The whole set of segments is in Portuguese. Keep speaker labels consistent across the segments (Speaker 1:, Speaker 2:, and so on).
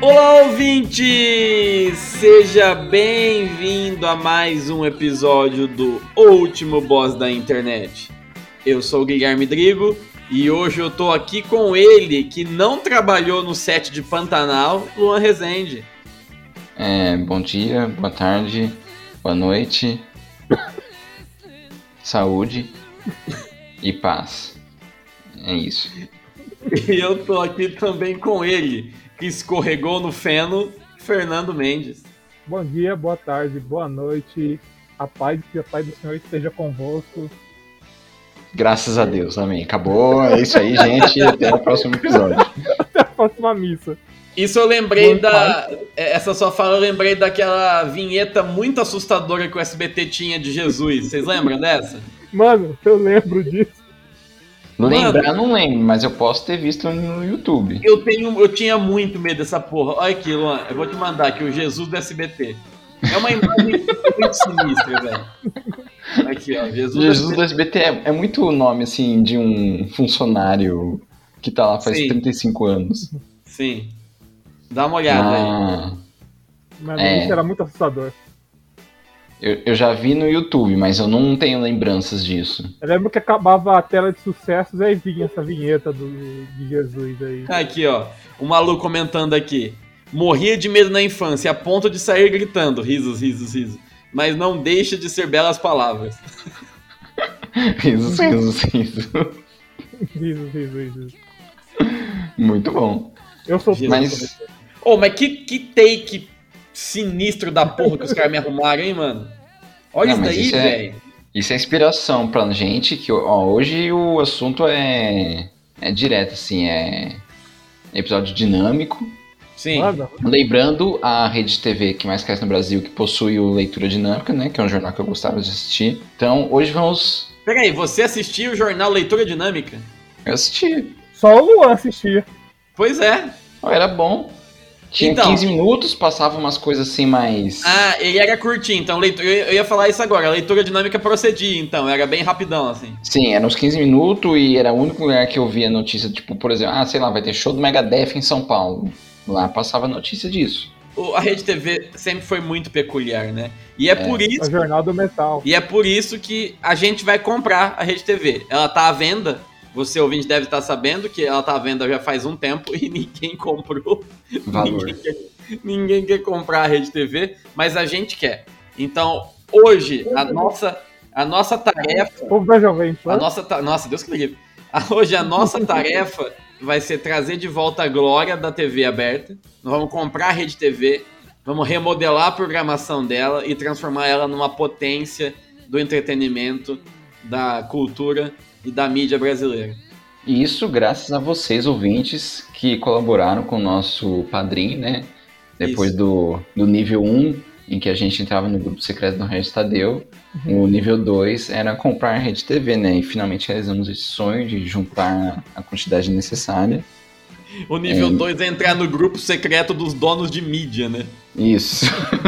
Speaker 1: Olá, ouvinte! Seja bem-vindo a mais um episódio do Último Boss da Internet. Eu sou o Guilherme Drigo e hoje eu tô aqui com ele, que não trabalhou no set de Pantanal, Luan Rezende.
Speaker 2: É, bom dia, boa tarde, boa noite, saúde e paz. É isso.
Speaker 1: E eu tô aqui também com ele, que escorregou no feno, Fernando Mendes.
Speaker 3: Bom dia, boa tarde, boa noite. A paz e a paz do Senhor esteja convosco.
Speaker 2: Graças a Deus, amém. Acabou, é isso aí, gente. Até o próximo episódio.
Speaker 3: Até a próxima missa.
Speaker 1: Isso eu lembrei
Speaker 3: Boa
Speaker 1: da. é, Essa sua fala eu lembrei daquela vinheta muito assustadora que o SBT tinha de Jesus. Vocês lembram dessa?
Speaker 3: Mano, eu lembro disso.
Speaker 2: Lembrar, não lembro, mas eu posso ter visto no YouTube.
Speaker 1: Eu, tenho, eu tinha muito medo dessa porra. Olha aqui, Luan. Eu vou te mandar aqui o Jesus do SBT. É uma imagem muito sinistra, velho. Aqui, ó. Jesus,
Speaker 2: Jesus do SBT é, é muito o nome, assim, de um funcionário que tá lá faz
Speaker 1: Sim.
Speaker 2: 35 anos.
Speaker 1: Sim. Dá uma olhada aí.
Speaker 2: Ah,
Speaker 3: Mano,
Speaker 2: É.
Speaker 3: isso era muito assustador.
Speaker 2: eu, eu já vi no YouTube, mas eu não tenho lembranças disso.
Speaker 3: Eu lembro que acabava a tela de sucessos e aí vinha essa vinheta do, de Jesus aí.
Speaker 2: Ah.
Speaker 1: Aqui, ó. O maluco comentando aqui. Morria de medo na infância, a ponto de sair gritando. Risos, risos, risos. Mas não deixa de ser belas palavras.
Speaker 2: Risos, risos, risos. É.
Speaker 3: Jesus, Jesus, Jesus.
Speaker 2: Muito bom.
Speaker 3: Eu sou
Speaker 1: Jesus.
Speaker 2: Mas
Speaker 1: Ô, mas que, que take sinistro da porra que os caras me arrumaram, hein, mano? Olha isso
Speaker 2: Não, mas
Speaker 1: daí,
Speaker 2: isso é-
Speaker 1: velho.
Speaker 2: Isso é inspiração pra gente, que ó, hoje o assunto é, é direto, assim, é episódio dinâmico.
Speaker 1: Sim.
Speaker 3: Mano,
Speaker 2: Lembrando a rede TV que mais cresce no Brasil, que possui o Leitura Dinâmica, né, que é um jornal que eu gostava de assistir. Então, hoje vamos
Speaker 1: Peraí, você assistiu o jornal Leitura Dinâmica?
Speaker 2: assistir.
Speaker 3: só o Luan assistia.
Speaker 1: Pois é.
Speaker 2: Ó, era bom. Tinha
Speaker 1: Então.
Speaker 2: 15 minutos, passava umas coisas assim mais...
Speaker 1: Ah, ele era curtinho, então leitura, eu eu ia falar isso agora. A leitura dinâmica procedia, então, era bem rapidão, assim.
Speaker 2: Sim, eram uns 15 minutos e era o único lugar que eu via notícia, tipo, por exemplo, ah, sei lá, vai ter show do Megadeth em São Paulo. Lá passava notícia disso.
Speaker 1: O- a Rede TV sempre foi muito peculiar, né? E é, por
Speaker 3: O
Speaker 1: isso.
Speaker 3: Jornal do Metal.
Speaker 1: E é por isso que a gente vai comprar a Rede TV. Ela tá à venda. Você ouvinte deve estar sabendo que ela tá à venda já faz um tempo e ninguém comprou.
Speaker 2: Valor.
Speaker 1: Ninguém quer, ninguém quer comprar a Rede TV, mas a gente quer. Então, hoje, a nossa, a nossa tarefa.
Speaker 3: O povo da Jovem
Speaker 1: A
Speaker 3: Pan.
Speaker 1: nossa, ta- nossa, Deus que me livre. A- Hoje a nossa tarefa vai ser trazer de volta a glória da TV aberta. Nós vamos comprar a Rede TV, vamos remodelar a programação dela e transformar ela numa potência do entretenimento, da cultura e da mídia brasileira.
Speaker 2: E isso graças a vocês, ouvintes, que colaboraram com o nosso padrinho, né? Depois
Speaker 1: Isso.
Speaker 2: do, do nível 1, em que a gente entrava no grupo secreto do Rede Tadeu, o nível 2 era comprar a Rede TV, né? E finalmente realizamos esse sonho de juntar a quantidade necessária.
Speaker 1: O nível
Speaker 2: É.
Speaker 1: 2 é entrar no grupo secreto dos donos de mídia, né?
Speaker 2: Isso.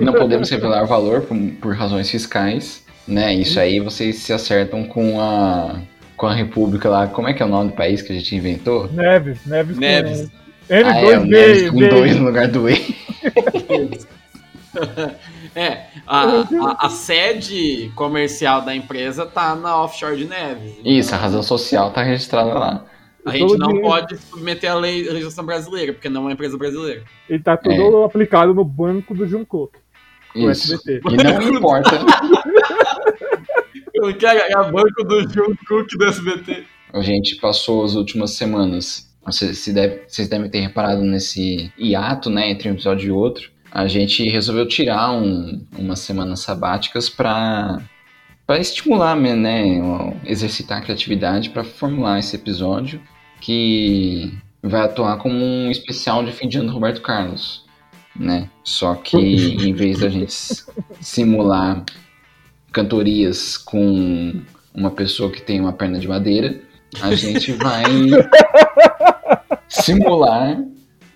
Speaker 2: Não podemos revelar o valor por, por razões fiscais, né? Isso aí vocês se acertam com a com a República lá. Como é que é o nome do país que a gente inventou?
Speaker 3: Neves, Neves.
Speaker 1: Neves.
Speaker 3: Com... N2
Speaker 2: ah, é, o Neves com
Speaker 3: veio,
Speaker 2: dois no lugar do E.
Speaker 1: É, a, a- a sede comercial da empresa tá na offshore de Neves.
Speaker 2: Isso, a razão social tá registrada lá.
Speaker 1: A
Speaker 3: Todo
Speaker 1: gente não
Speaker 3: dinheiro.
Speaker 1: pode submeter a lei- a legislação brasileira, porque não é uma empresa brasileira.
Speaker 3: Ele tá tudo aplicado no banco do Junco, do
Speaker 2: É. Isso.
Speaker 3: SBT.
Speaker 2: E não importa.
Speaker 1: O cara é banco do John Cook do SBT.
Speaker 2: A gente passou as últimas semanas. Vocês, se deve- vocês devem ter reparado nesse hiato, né, entre um episódio e outro. A gente resolveu tirar um- umas semanas sabáticas para para estimular, né, exercitar a criatividade para formular esse episódio que vai atuar como um especial de fim de ano do Roberto Carlos, né? Só que em vez da gente simular cantorias com uma pessoa que tem uma perna de madeira, a gente vai simular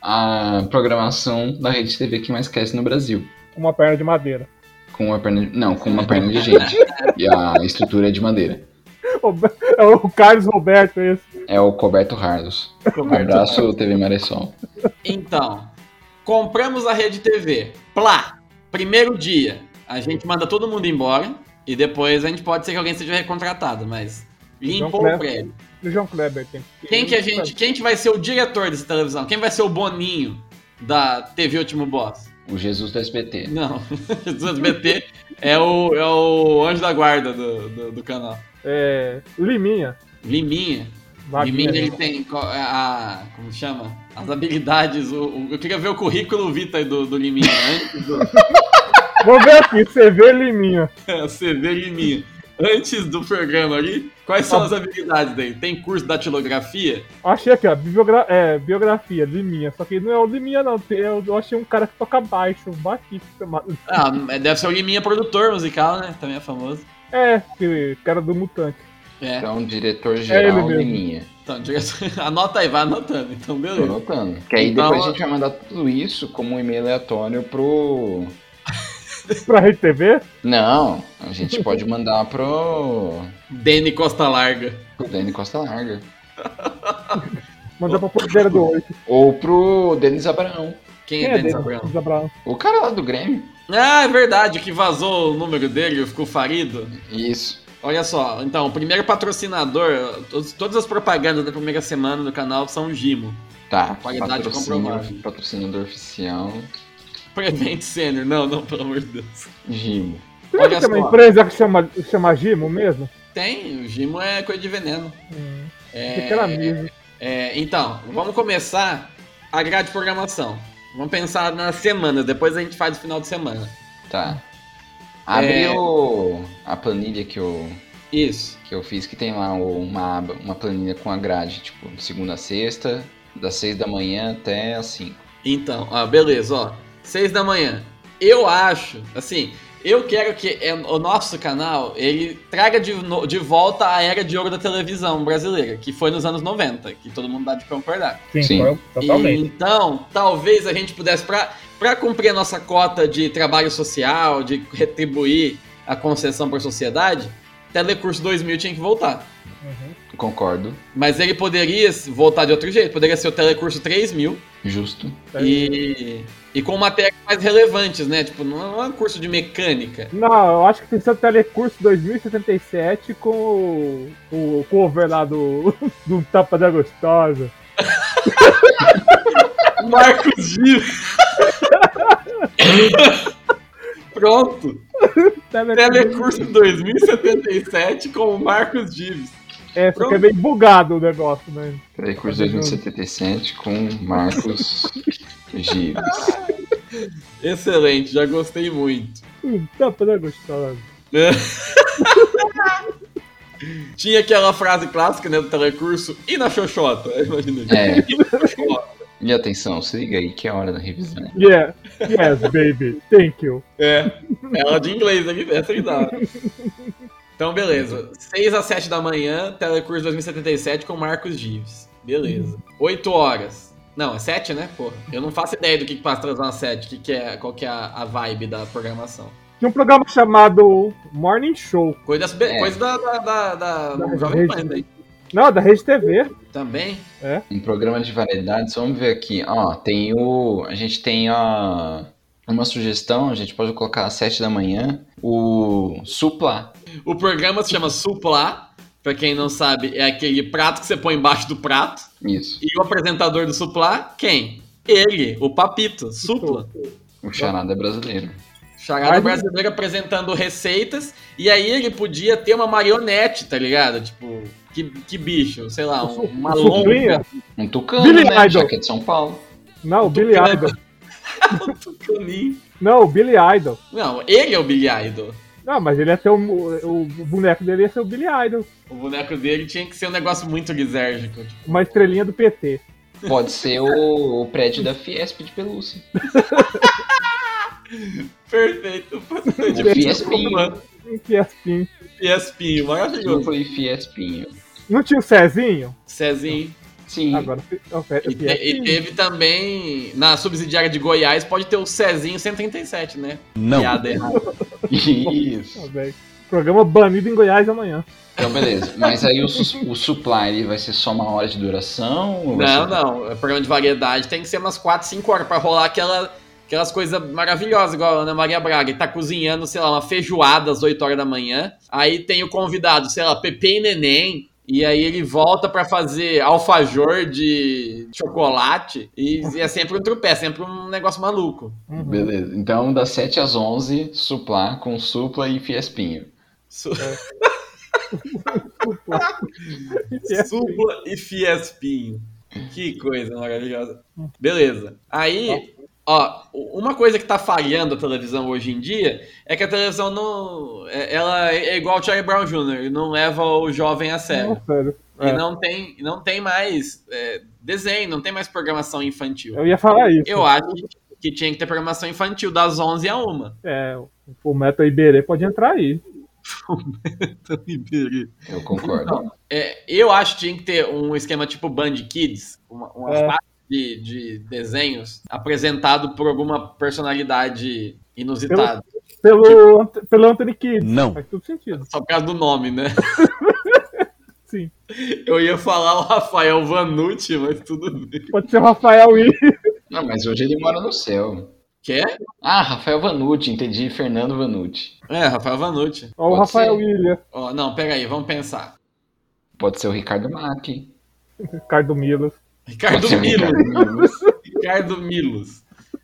Speaker 2: a programação da rede TV que mais cresce no Brasil.
Speaker 3: Uma perna de madeira.
Speaker 2: Com uma perna de... Não, com uma perna de gente. e a estrutura é de madeira.
Speaker 3: É o Carlos Roberto esse.
Speaker 2: É o Coberto Carlos. Abraço TV Maresol.
Speaker 1: Então, compramos a rede TV. Plá! Primeiro dia, a gente manda todo mundo embora. E depois a gente pode ser que alguém seja recontratado, mas limpou o prédio.
Speaker 3: O João Kleber tem que...
Speaker 1: Quem que a gente. Quem que vai ser o diretor dessa televisão? Quem vai ser o Boninho da TV Último Boss?
Speaker 2: O Jesus do SBT.
Speaker 1: Não, Jesus SBT é o, é o anjo da guarda do, do, do canal.
Speaker 3: É, Liminha.
Speaker 1: Liminha.
Speaker 3: Vaguinha,
Speaker 1: Liminha ele
Speaker 3: né?
Speaker 1: tem co- a. Como chama? As habilidades. O, o- eu queria ver o currículo Vita do, do Liminha né? antes do.
Speaker 3: Vou ver aqui, CV Liminha.
Speaker 1: CV Liminha. Antes do programa ali, quais são as habilidades dele? Tem curso da datilografia?
Speaker 3: Achei aqui, ó, bibliogra- é, biografia, Liminha. Só que não é o Liminha, não. Tem- Eu, eu achei um cara que toca baixo, um baixista chamado.
Speaker 1: Ah, deve ser o Liminha produtor musical, né? Também é famoso.
Speaker 3: É, aquele cara do mutante.
Speaker 1: É.
Speaker 2: Então, diretor-geral
Speaker 3: É ele
Speaker 2: de
Speaker 3: mesmo.
Speaker 2: minha.
Speaker 1: Então, diga- anota aí, vai anotando. Então,
Speaker 2: Tô
Speaker 1: beleza.
Speaker 2: notando. Que aí
Speaker 1: Então-
Speaker 2: depois a gente vai mandar tudo isso como um e-mail aleatório pro.
Speaker 3: Pra Rede TV?
Speaker 2: Não, a gente pode mandar pro.
Speaker 1: Dene Costa Larga.
Speaker 2: pro Dani Costa Larga.
Speaker 3: Mandar pra porteira do oito.
Speaker 2: Ou pro Denis Abraão.
Speaker 1: Quem
Speaker 3: Quem
Speaker 1: é,
Speaker 3: é
Speaker 1: Denis
Speaker 3: dele?
Speaker 1: Abraão?
Speaker 3: Denis Abraão.
Speaker 2: O cara lá do Grêmio.
Speaker 1: Ah, é verdade, que vazou o número dele, ficou farido.
Speaker 2: Isso.
Speaker 1: Olha só, então, o primeiro patrocinador, todos- todas as propagandas da primeira semana do canal são o Gimo.
Speaker 2: Tá.
Speaker 1: Qualidade comprovável.
Speaker 2: Patrocinador oficial.
Speaker 1: Prevent Senior, não, não, pelo amor de Deus.
Speaker 2: Gimo.
Speaker 3: Será
Speaker 1: Olha
Speaker 3: que tem uma
Speaker 1: só.
Speaker 3: empresa que chama, chama Gimo mesmo?
Speaker 1: Tem, o Gimo é coisa de veneno.
Speaker 3: Hum,
Speaker 1: É,
Speaker 3: achei que era mesmo.
Speaker 1: é, então, vamos começar a grade de programação. Vamos pensar nas semanas, depois a gente faz o final de semana.
Speaker 2: Tá. Abre
Speaker 1: É.
Speaker 2: o- a planilha que eu,
Speaker 1: Isso.
Speaker 2: que eu fiz, que tem lá o- uma aba, uma planilha com a grade, tipo, de segunda a sexta, das seis da manhã até as cinco.
Speaker 1: Então, ó, beleza, ó. Seis da manhã. Eu acho, assim, eu quero que é, o nosso canal, ele traga de, no- de volta a era de ouro da televisão brasileira, que foi nos anos 90, que todo mundo dá de concordar.
Speaker 3: Sim,
Speaker 2: Sim.
Speaker 3: foi-
Speaker 1: E,
Speaker 3: totalmente.
Speaker 1: então, talvez a gente pudesse, pra, pra cumprir a nossa cota de trabalho social, de retribuir a concessão para a sociedade, Telecurso 2000 tinha que voltar.
Speaker 3: Uhum.
Speaker 2: Concordo.
Speaker 1: Mas ele poderia voltar de outro jeito, poderia ser o Telecurso 3000,
Speaker 2: Justo.
Speaker 1: e, e com matérias mais relevantes, né? Tipo, não é um curso de mecânica.
Speaker 3: Não, eu acho que tem que ser o Telecurso 2077 com o, o cover lá do, do Tapa da Gostosa.
Speaker 1: Marcos Gil. Pronto. Telecurso 2077 com o Marcos Gives.
Speaker 3: É, só que é meio bugado o negócio, né?
Speaker 2: Peraí, curso 2077 com Marcos Gives.
Speaker 1: Excelente, já gostei muito.
Speaker 3: Hum, Tapa da Gostosa.
Speaker 1: Tinha aquela frase clássica né, do telecurso e na Xoxota. Imagina isso.
Speaker 2: É.
Speaker 1: E na Xoxota.
Speaker 2: E atenção, se liga aí que é hora da revisão.
Speaker 3: Yeah, yes, baby, thank you.
Speaker 1: É. Ela de inglês, né? essa que dá. Então, beleza. 6 às 7 da manhã, Telecurso 2077 com Marcos Gives. Beleza. 8 horas. Não, é 7, né? Porra. Eu não faço ideia do que, que passa atrás às 7, que que é, qual que é a, a vibe da programação.
Speaker 3: Tinha um programa chamado Morning Show.
Speaker 1: Coisa, das-
Speaker 2: É.
Speaker 1: coisa da, da, da, da-
Speaker 3: Da
Speaker 1: Jovem Pan
Speaker 3: rede.
Speaker 1: aí.
Speaker 3: Não, da Rede TV.
Speaker 1: Também.
Speaker 2: Um programa de variedades, vamos ver aqui. Ó, tem o. A gente tem a. Uma sugestão, a gente pode colocar às 7 da manhã o supla.
Speaker 1: O programa se chama Suplá. Pra quem não sabe, é aquele prato que você põe embaixo do prato.
Speaker 2: Isso.
Speaker 1: E o apresentador do Suplá, quem? Ele, o Papito, Supla.
Speaker 2: O charada é brasileiro.
Speaker 1: Charada
Speaker 3: Mas-
Speaker 1: brasileira apresentando receitas, e aí ele podia ter uma marionete, tá ligado? Tipo, que, que bicho, sei lá, um- uma
Speaker 3: Suplinha?
Speaker 1: longa,
Speaker 2: Um tucano,
Speaker 3: Billy
Speaker 2: né?
Speaker 3: Idol.
Speaker 2: Já que é de São Paulo.
Speaker 3: Não, o Billy
Speaker 1: Tucano.
Speaker 3: Idol.
Speaker 1: um tucaninho.
Speaker 3: Não, o Billy Idol.
Speaker 1: Não, ele é o Billy Idol.
Speaker 3: Não, mas ele ia ser o, o boneco dele ia ser o Billy Idol.
Speaker 1: O boneco dele tinha que ser um negócio muito lisérgico. Tipo,
Speaker 3: Uma estrelinha do PT.
Speaker 2: Pode ser o, o prédio da Fiesp de pelúcia.
Speaker 1: perfeito.
Speaker 2: O
Speaker 1: é
Speaker 2: Fiespinho.
Speaker 1: Mano,
Speaker 3: Fiespinho.
Speaker 1: Fiespinho,
Speaker 2: Não
Speaker 1: um maravilhoso.
Speaker 2: foi Fiespinho.
Speaker 3: Não tinha o Cezinho?
Speaker 1: Cezinho.
Speaker 2: Sim.
Speaker 3: Agora o Fe- o
Speaker 1: E, te- e
Speaker 3: Fiespinho.
Speaker 1: teve também, na subsidiária de Goiás, pode ter o Cezinho 137, né?
Speaker 4: Não.
Speaker 1: Piada errada.
Speaker 3: Ah,
Speaker 2: Isso.
Speaker 3: velho. Programa banido em Goiás amanhã.
Speaker 2: Então, beleza. Mas aí o, sus- o supply ele vai ser só uma hora de duração? Ou vai
Speaker 1: Não,
Speaker 2: ser-
Speaker 1: não. É programa de variedade. Tem que ser umas 4, 5 horas pra rolar aquela, aquelas coisas maravilhosas, igual a Ana Maria Braga, que tá cozinhando, sei lá, uma feijoada às 8 horas da manhã. Aí tem o convidado, sei lá, Pepe e Neném. E aí ele volta pra fazer alfajor de chocolate. E é sempre um trupé, sempre um negócio maluco.
Speaker 3: Uhum.
Speaker 2: Beleza. Então, das 7 às 11, suplar com supla e Fiespinho.
Speaker 1: Su-
Speaker 3: Fiespinho.
Speaker 1: Supla e Fiespinho. Que coisa maravilhosa. Beleza. Aí, ó, uma coisa que tá falhando a televisão hoje em dia é que a televisão não. é- Ela é igual o Charlie Brown Jr., não leva o jovem a sério.
Speaker 3: Não, sério.
Speaker 1: E
Speaker 3: é.
Speaker 1: não tem, não tem mais é, desenho, não tem mais programação infantil.
Speaker 3: Eu ia falar isso.
Speaker 1: Eu acho que- que tinha que ter programação infantil das 11 a 1.
Speaker 3: É, o Meta Iberê pode entrar aí.
Speaker 2: Eu concordo.
Speaker 1: É, eu acho que tinha que ter um esquema tipo Band Kids, uma, uma
Speaker 3: É.
Speaker 1: fase de, de desenhos apresentado por alguma personalidade inusitada.
Speaker 3: Pelo, Ant- pelo Anthony Kidd.
Speaker 4: Não.
Speaker 3: Faz todo sentido.
Speaker 1: Só por causa do nome, né?
Speaker 3: Sim.
Speaker 1: Eu ia falar o Rafael Vanucci, mas tudo bem.
Speaker 3: Pode ser o Rafael I.
Speaker 2: Não, mas hoje ele mora no céu.
Speaker 1: Quer?
Speaker 2: Ah, Rafael Vanucci, entendi. Fernando Vanucci.
Speaker 1: É, Rafael Vanucci.
Speaker 3: Ou o
Speaker 2: Pode
Speaker 3: Rafael
Speaker 2: ser.
Speaker 3: William.
Speaker 1: Ó, não, peraí, vamos pensar.
Speaker 2: Pode ser o Ricardo Mack.
Speaker 3: Ricardo Milos.
Speaker 1: Ricardo
Speaker 2: Pode ser o
Speaker 1: Milo.
Speaker 2: Ricardo Milos.
Speaker 1: Ricardo Milos.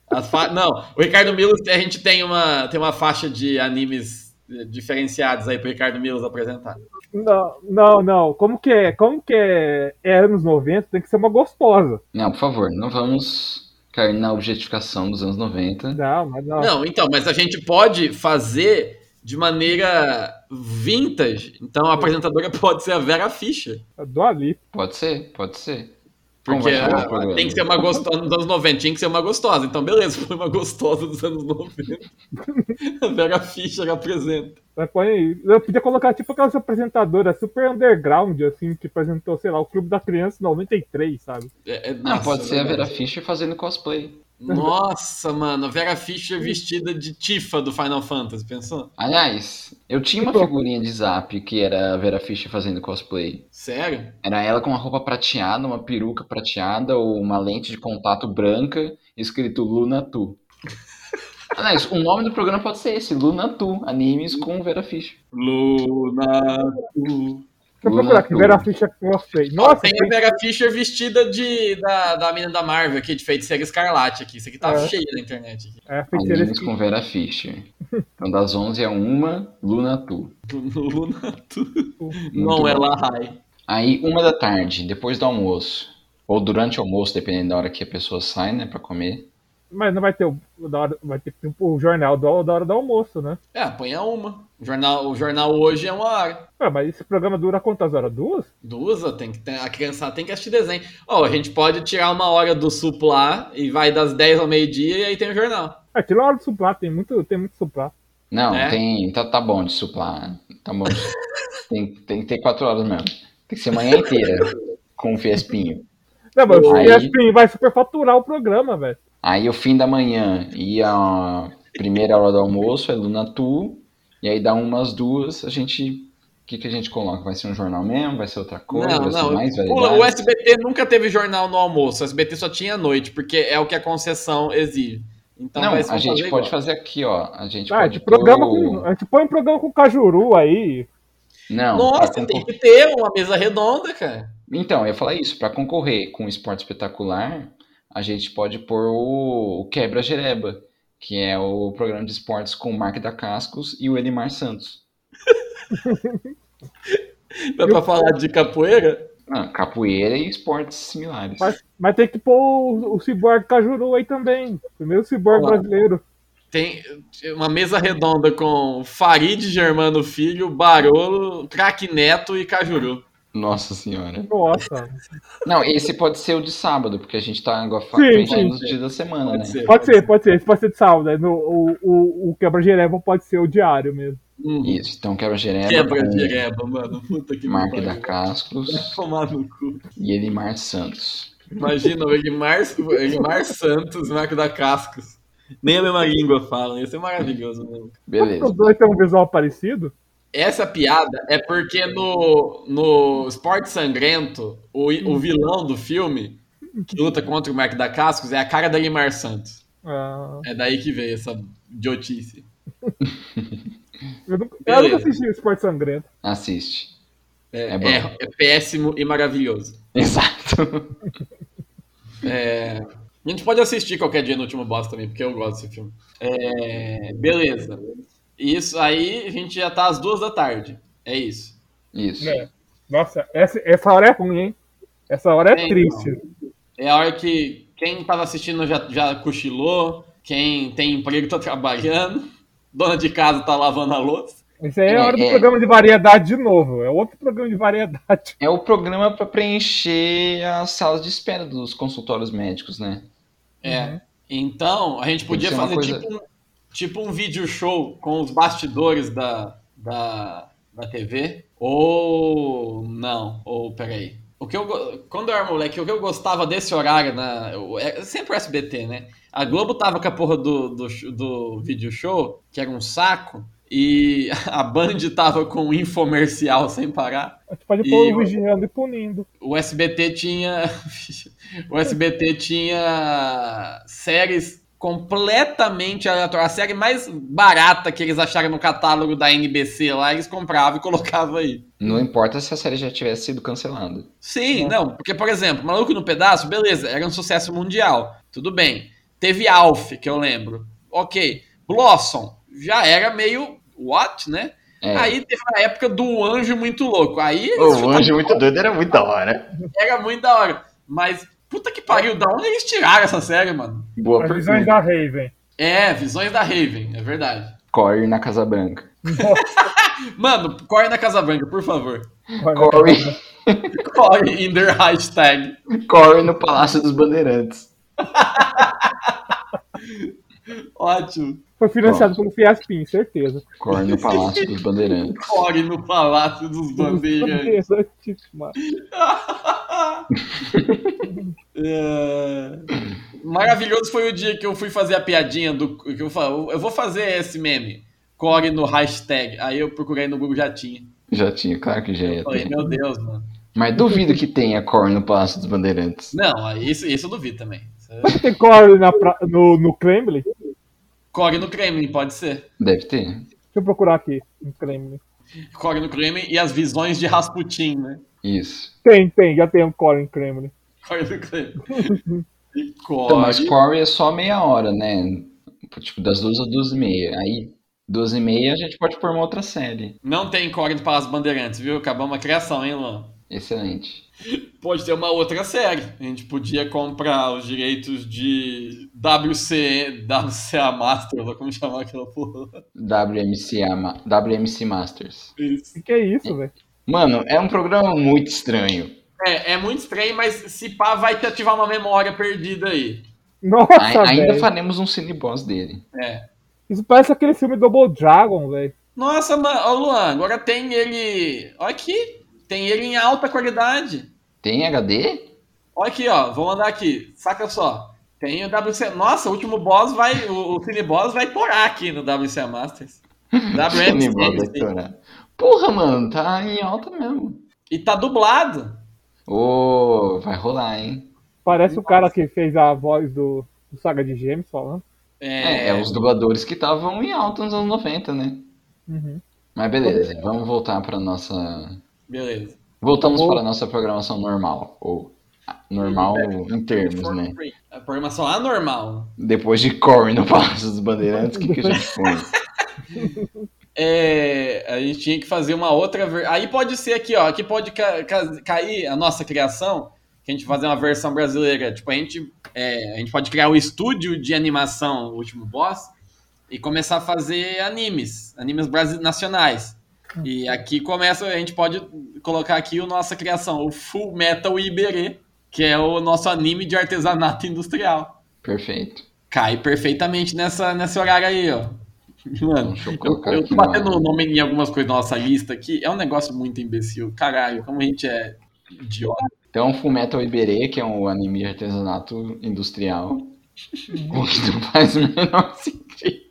Speaker 1: As fa- Não, o Ricardo Milos, a gente tem uma, tem uma faixa de animes eh, diferenciados aí pro Ricardo Milos apresentar.
Speaker 3: Não, não, não. Como que é? Como que é? é anos 90, tem que ser uma gostosa.
Speaker 2: Não, por favor, não vamos cair na objetificação dos anos 90.
Speaker 3: Não, mas
Speaker 2: Ah.
Speaker 3: não.
Speaker 1: Não, então, mas a gente pode fazer de maneira vintage.
Speaker 2: Hum.
Speaker 1: Então a apresentadora pode ser a Vera Fischer.
Speaker 3: É do Ali.
Speaker 2: Pode ser, pode ser. Como
Speaker 1: Porque
Speaker 2: é vai chamar o
Speaker 1: ah,
Speaker 2: programa?
Speaker 1: tem que ser uma gostosa dos anos 90, tinha que ser uma gostosa. Então, beleza, foi uma gostosa dos anos 90. A Vera Fischer apresenta.
Speaker 3: Mas põe- Eu podia colocar tipo aquelas apresentadoras super underground, assim, que apresentou, sei lá, o Clube da Criança em 93, sabe?
Speaker 1: É, é-
Speaker 2: Não,
Speaker 1: nossa,
Speaker 2: Ah, pode ser a Vera
Speaker 1: verdade.
Speaker 2: Fischer fazendo cosplay.
Speaker 1: Nossa, mano, a Vera Fischer vestida de Tifa do Final Fantasy, pensou?
Speaker 2: Aliás, eu tinha uma figurinha de zap que era a Vera Fischer fazendo cosplay.
Speaker 1: Sério?
Speaker 2: Era ela com uma roupa prateada, uma peruca prateada ou uma lente de contato branca, escrito Luna Tu. Aliás, o nome do programa pode ser esse, Luna Tu, animes com Vera Fischer.
Speaker 1: Luna. tu.
Speaker 3: Deixa eu
Speaker 2: Luna
Speaker 3: procurar aqui,
Speaker 2: Tu.
Speaker 3: Vera Ficha cosplay.
Speaker 1: Nossa,
Speaker 3: Nossa,
Speaker 1: tem a
Speaker 3: tem-
Speaker 1: Vera Fischer vestida de, da, da menina da Marvel aqui, de feiticeira escarlate aqui. Isso aqui tá
Speaker 3: É.
Speaker 1: cheio na internet. Aqui.
Speaker 3: é, feiticeira
Speaker 2: Animes com Vera Fischer. Então das 11 a 1, Luna Tu.
Speaker 1: Luna, tu.
Speaker 2: Muito
Speaker 1: Não é
Speaker 2: bom.
Speaker 1: Lahai.
Speaker 2: Aí, uma da tarde, depois do almoço. Ou durante o almoço, dependendo da hora que a pessoa sai, né, pra comer.
Speaker 3: Mas não vai ter o, o da hora, vai ter tipo, o jornal do, da hora do almoço, né?
Speaker 1: É, apanha uma. O jornal, o jornal hoje é uma hora.
Speaker 3: Ué, mas esse programa dura quantas horas? Duas?
Speaker 1: Duas, tem que ter, a criançada tem que assistir desenho. Ó, a gente pode tirar uma hora do suplo lá e vai das 10 ao meio-dia e aí tem o jornal.
Speaker 3: É, tira a hora do suplá, tem muito, tem muito suplá.
Speaker 2: Não,
Speaker 1: É.
Speaker 2: tem. Tá, tá bom de suplar. Tá bom. de- tem, tem que ter quatro horas mesmo. Tem que ser manhã inteira com o Fiespinho.
Speaker 3: Não, mas o
Speaker 2: Aí-
Speaker 3: ESPN vai superfaturar o programa, velho.
Speaker 2: Aí o fim da manhã e a primeira hora do almoço é Luna Tu. E aí dá umas duas, a gente. O que, que a gente coloca? Vai ser um jornal mesmo? Vai ser outra coisa?
Speaker 1: não,
Speaker 2: vai ser
Speaker 1: não.
Speaker 2: mais
Speaker 1: Pula,
Speaker 2: variedade?
Speaker 1: o SBT nunca teve jornal no almoço. O SBT só tinha à noite, porque é o que a concessão exige. Então
Speaker 2: não,
Speaker 1: vai ser
Speaker 2: a
Speaker 1: um
Speaker 2: gente
Speaker 1: fazer
Speaker 2: pode
Speaker 1: igual.
Speaker 2: fazer aqui, ó. A gente
Speaker 3: Ah, a
Speaker 2: pode.
Speaker 3: gente
Speaker 1: Então-
Speaker 3: programa
Speaker 2: pôr o-
Speaker 3: com, a gente põe um programa com Cajuru aí.
Speaker 2: Não, tá pra
Speaker 1: Nossa,
Speaker 2: concor-
Speaker 1: tem que ter uma mesa redonda, cara.
Speaker 2: Então, eu ia falar isso, para concorrer com o esporte espetacular, a gente pode pôr o, o Quebra Gereba, que é o programa de esportes com o Mark da Cascos e o Elimar Santos.
Speaker 1: Dá pra falar de capoeira?
Speaker 2: Ah, capoeira e esportes similares.
Speaker 3: Mas, mas tem que pôr o, o Cyborg Cajuru aí também. Primeiro Cyborg
Speaker 1: Olha lá.
Speaker 3: brasileiro.
Speaker 1: Tem uma mesa redonda com Farid Germano Filho, Barolo, Craque Neto e Cajuru.
Speaker 2: Nossa senhora.
Speaker 3: Nossa.
Speaker 2: Não, esse pode ser o de sábado, porque a gente tá agora fa-
Speaker 3: Sim,
Speaker 2: pensando
Speaker 3: sim,
Speaker 2: nos dias da semana, né?
Speaker 1: Pode ser.
Speaker 3: Pode ser, pode ser. Esse pode ser de sábado. né? No- o o, o quebra-gereba pode ser o diário mesmo.
Speaker 1: Hum,
Speaker 2: Isso, então quebra gereba
Speaker 1: Quebra direba, mano. Puta que
Speaker 2: Mark da
Speaker 1: pariu. Vai
Speaker 2: Cascos
Speaker 1: Tomar no cu.
Speaker 2: e Elimar Santos.
Speaker 1: Imagina o Egmar, o Egmar Santos, Marco da Cascos. Nem a mesma língua falam. Ia ser maravilhoso mesmo.
Speaker 2: Beleza.
Speaker 3: Os dois têm um visual parecido?
Speaker 1: Essa piada é porque no, no Esporte Sangrento, o, o vilão do filme Hum. que luta contra o Mark da Cascos é a cara da Limar Santos.
Speaker 3: Ah,
Speaker 1: É daí que veio essa idiotice.
Speaker 3: eu, nunca, eu nunca
Speaker 1: Beleza.
Speaker 3: assisti o Esporte Sangrento.
Speaker 2: Assiste.
Speaker 1: É,
Speaker 2: É bom.
Speaker 1: é- é péssimo e maravilhoso.
Speaker 2: Exato.
Speaker 1: É, a gente pode assistir qualquer dia no último boss também, porque eu gosto desse filme. É, beleza. Isso aí, a gente já tá às duas da tarde. É isso.
Speaker 2: Isso.
Speaker 3: É. Nossa, essa, essa hora é ruim, hein? Essa hora é
Speaker 1: É,
Speaker 3: triste.
Speaker 1: É a hora que quem tava assistindo já, já cochilou, quem tem emprego tá trabalhando, dona de casa tá lavando a louça.
Speaker 3: Isso aí é
Speaker 2: É,
Speaker 3: a hora do
Speaker 2: é.
Speaker 3: programa de variedade de novo. É outro programa de variedade.
Speaker 2: É o programa pra preencher as salas de espera dos consultórios médicos, né?
Speaker 1: É. Então, a gente podia
Speaker 2: ser uma
Speaker 1: fazer
Speaker 2: coisa-
Speaker 1: tipo, um, tipo um vídeo show com os bastidores da, da, da TV. Ou não, ou peraí. O que eu, go- quando eu era moleque, o que eu gostava desse horário, na, eu- é sempre o SBT, né? A Globo tava com a porra do, do, sh- do vídeo show, que era um saco, e a Band tava com um infomercial sem parar.
Speaker 3: A gente pode
Speaker 1: E
Speaker 3: pôr o
Speaker 1: eu-
Speaker 3: vigiando e punindo.
Speaker 1: o SBT tinha o SBT tinha séries completamente aleatórias. A série mais barata que eles acharam no catálogo da NBC lá, eles compravam e colocavam aí.
Speaker 2: Não importa se a série já tivesse sido cancelada.
Speaker 1: Sim,
Speaker 3: É.
Speaker 1: não, porque, por exemplo, Maluco no Pedaço, beleza, era um sucesso mundial, tudo bem. Teve Alf, que eu lembro, ok. Blossom, já era meio what, né?
Speaker 2: É.
Speaker 1: Aí teve a época do Anjo Muito Louco, aí eles
Speaker 4: O anjo muito doido era muito da hora.
Speaker 1: Era muito da hora. Mas, puta que pariu, da onde eles tiraram essa série, mano?
Speaker 2: Boa
Speaker 3: As visões
Speaker 2: pergunta.
Speaker 3: da Raven.
Speaker 1: É, Visões da Raven, é verdade.
Speaker 2: Corey na Casa Branca.
Speaker 1: Mano, corre na Casa Branca, por favor.
Speaker 2: Corey,
Speaker 1: Corre in their hashtag.
Speaker 2: Corey no Palácio dos Bandeirantes.
Speaker 1: Ótimo.
Speaker 3: Foi financiado pelo Fiaspin, certeza.
Speaker 2: Corey no Palácio dos Bandeirantes.
Speaker 1: Corre no Palácio dos Bandeirantes.
Speaker 3: Interessantíssima.
Speaker 1: É. Maravilhoso foi o dia que eu fui fazer a piadinha do. Que eu, falo, eu vou fazer esse meme. Corre no hashtag. Aí eu procurei no Google já tinha.
Speaker 2: Já tinha, claro que já ia
Speaker 1: Falei,
Speaker 2: ter.
Speaker 1: meu Deus, mano.
Speaker 2: Mas duvido que tenha Corey no Palácio dos Bandeirantes.
Speaker 1: Não, aí isso, isso eu duvido também.
Speaker 3: Tem Corey na pra- no, no Kremlin? Deixa
Speaker 1: Corre no Kremlin, pode ser.
Speaker 2: Deve ter.
Speaker 3: eu procurar aqui no Kremlin.
Speaker 1: Corre no Kremlin e as visões de Rasputin, né?
Speaker 2: Isso.
Speaker 3: Tem, tem, já tem um Corey no Kremlin.
Speaker 1: Corre no Kremlin. E
Speaker 2: Então, mas
Speaker 1: corre.
Speaker 2: Corey é só meia hora, né? Tipo, das duas às duas e meia. Aí, duas e meia a gente pode pôr uma outra série.
Speaker 1: Não tem corre do Palácio Bandeirantes, viu? Acabamos a criação, hein, Luan?
Speaker 2: Excelente.
Speaker 1: Pode ter uma outra série. A gente podia comprar os direitos de WC, WCA Masters, ou como chamar aquela porra.
Speaker 2: WMC, ama- WMC Masters.
Speaker 1: Isso.
Speaker 3: O que é isso, velho?
Speaker 2: Mano, é um programa muito estranho.
Speaker 1: É, é muito estranho, mas se pá, vai te ativar uma memória perdida aí.
Speaker 3: Nossa,
Speaker 2: A- ainda
Speaker 3: velho.
Speaker 2: faremos um cineboss dele.
Speaker 1: É.
Speaker 3: Isso parece aquele filme Double Dragon, velho.
Speaker 1: Nossa, mano, ó, Luan, agora tem ele. Olha aqui. Tem ele em alta qualidade.
Speaker 2: Tem HD?
Speaker 1: Olha aqui, ó. Vou mandar aqui. Saca só. Tem o WC. Nossa, o último boss vai. O, o Cine Boss vai torar aqui no WCA Masters. Tá
Speaker 2: Cineboss vai
Speaker 1: WMC.
Speaker 2: estourar. Porra, mano, tá em alta mesmo.
Speaker 1: E tá dublado.
Speaker 2: Ô, vai rolar, hein?
Speaker 3: Parece o cara que fez a voz do, do Saga de Gêmeos falando.
Speaker 2: É, é os dubladores que estavam em alta nos anos 90, né?
Speaker 3: Uhum.
Speaker 2: Mas beleza, vamos voltar pra nossa.
Speaker 1: Beleza.
Speaker 2: Voltamos
Speaker 3: Ou-
Speaker 2: para a nossa programação normal. Ou ah, normal
Speaker 1: É.
Speaker 2: em termos, né?
Speaker 1: A programação anormal.
Speaker 2: Depois de Corey no Palácio dos Bandeirantes, o que, que a gente põe?
Speaker 1: É, a gente tinha que fazer uma outra. ver- Aí pode ser aqui, ó. Aqui pode ca- ca- cair a nossa criação. Que a gente fazer uma versão brasileira. Tipo, a gente, é, a gente pode criar o estúdio de animação, o último boss. e começar a fazer animes, animes brasi- nacionais. E aqui começa, a gente pode colocar aqui a nossa criação, o Full Metal Iberê, que é o nosso anime de artesanato industrial.
Speaker 2: Perfeito.
Speaker 1: Cai perfeitamente nessa, nesse horário aí, ó. Mano,
Speaker 2: Então, Deixa eu
Speaker 1: eu,
Speaker 2: colocar
Speaker 1: eu
Speaker 2: aqui
Speaker 1: tô
Speaker 2: na-
Speaker 1: batendo o nome em algumas coisas da nossa lista aqui. É um negócio muito imbecil. Caralho, como a gente é idiota.
Speaker 2: Então, Fullmetal Iberê, que é um anime de artesanato industrial. o que não faz o menor assim. sentido.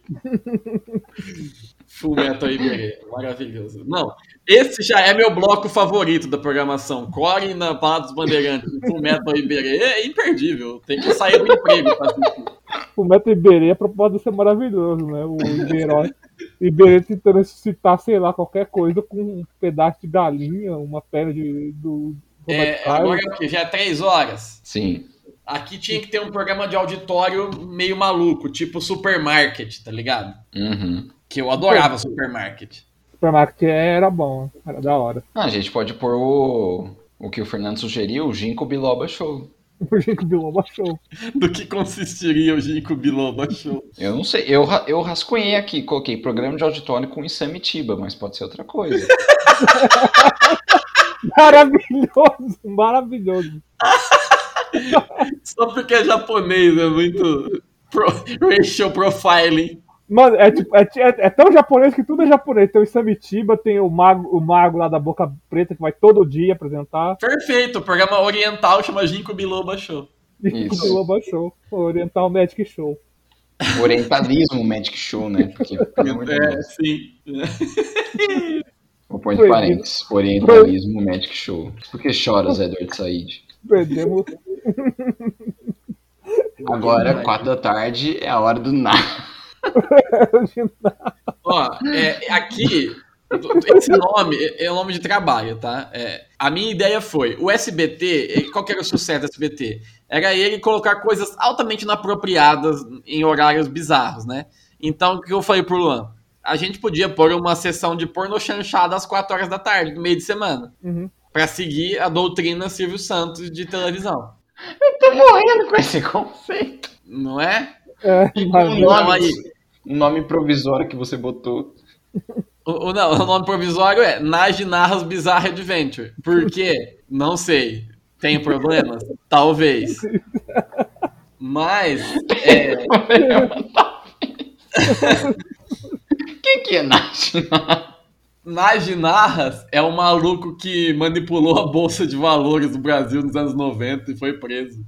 Speaker 1: Full Metal Iberê. Maravilhoso. Não, esse já é meu bloco favorito da programação. Core na Palavra dos Bandeirantes. Full Metal Iberê é imperdível. Tem que sair do emprego pra assistir.
Speaker 3: O Meto Iberê, a propósito de ser maravilhoso, né? O Iberê, Iberê tentando ressuscitar, sei lá, qualquer coisa com um pedaço de galinha, uma perna de, do Roberto
Speaker 1: É,
Speaker 3: Carlos.
Speaker 1: agora é o quê? já é três horas.
Speaker 2: Sim.
Speaker 1: Aqui tinha que ter um programa de auditório meio maluco, tipo supermarket, tá ligado?
Speaker 2: Uhum.
Speaker 1: Que eu adorava supermarket.
Speaker 3: Supermarket era bom, era da hora.
Speaker 2: Ah, a gente pode pôr o, o que o Fernando sugeriu, o Ginkgo Biloba Show.
Speaker 3: Por que que o Bilão baixou?
Speaker 1: Do que consistiria o Ginkgo Biloba Show?
Speaker 2: Eu não sei, eu, ra- eu rascunhei aqui, coloquei programa de auditório com Insame Tiba, mas pode ser outra coisa.
Speaker 3: Maravilhoso, maravilhoso.
Speaker 1: Só porque é japonês, é muito pro, racial profiling.
Speaker 3: Mano, é, tipo- é, ti- é- é tão japonês que tudo é japonês. Tem o Samitiba, tem o mago, o mago lá da boca preta que vai todo dia apresentar.
Speaker 1: Perfeito, o programa oriental chama Ginkgo Biloba Show.
Speaker 3: E o
Speaker 2: Isso.
Speaker 3: Biloba Show, o Oriental Magic Show.
Speaker 2: Orientalismo Magic Show, né? Porque, pelo amor de
Speaker 1: É,
Speaker 2: Deus.
Speaker 1: sim.
Speaker 2: Vou pôr entre
Speaker 3: Proibido.
Speaker 2: parênteses. Orientalismo Magic Show. Por que choras, Edward Said?
Speaker 3: Perdemos.
Speaker 2: Agora, quatro da tarde, é a hora do nada.
Speaker 1: Ó, é, aqui, esse nome é é o nome de trabalho, tá? É, a minha ideia foi, o SBT, qual que era o sucesso do SBT? Era ele colocar coisas altamente inapropriadas em horários bizarros, né? Então, o que eu falei pro Luan? A gente podia pôr uma sessão de porno chanchada às 4 horas da tarde, no meio de semana.
Speaker 3: Uhum.
Speaker 1: Pra seguir a doutrina Silvio Santos de televisão.
Speaker 2: Tô morrendo com esse conceito.
Speaker 1: Não é?
Speaker 3: É,
Speaker 2: Um
Speaker 3: maravilhoso.
Speaker 1: Então,
Speaker 2: nome,
Speaker 1: aí,
Speaker 2: um nome provisório que você botou.
Speaker 1: O, o- não, o nome provisório é Nage Narras Bizarre Adventure. Por quê? Não sei. Tem problemas? Talvez. Mas, é,
Speaker 2: Quem que é Nath?
Speaker 1: Nage Narras é o maluco que manipulou a Bolsa de Valores do Brasil nos anos 90 e foi preso.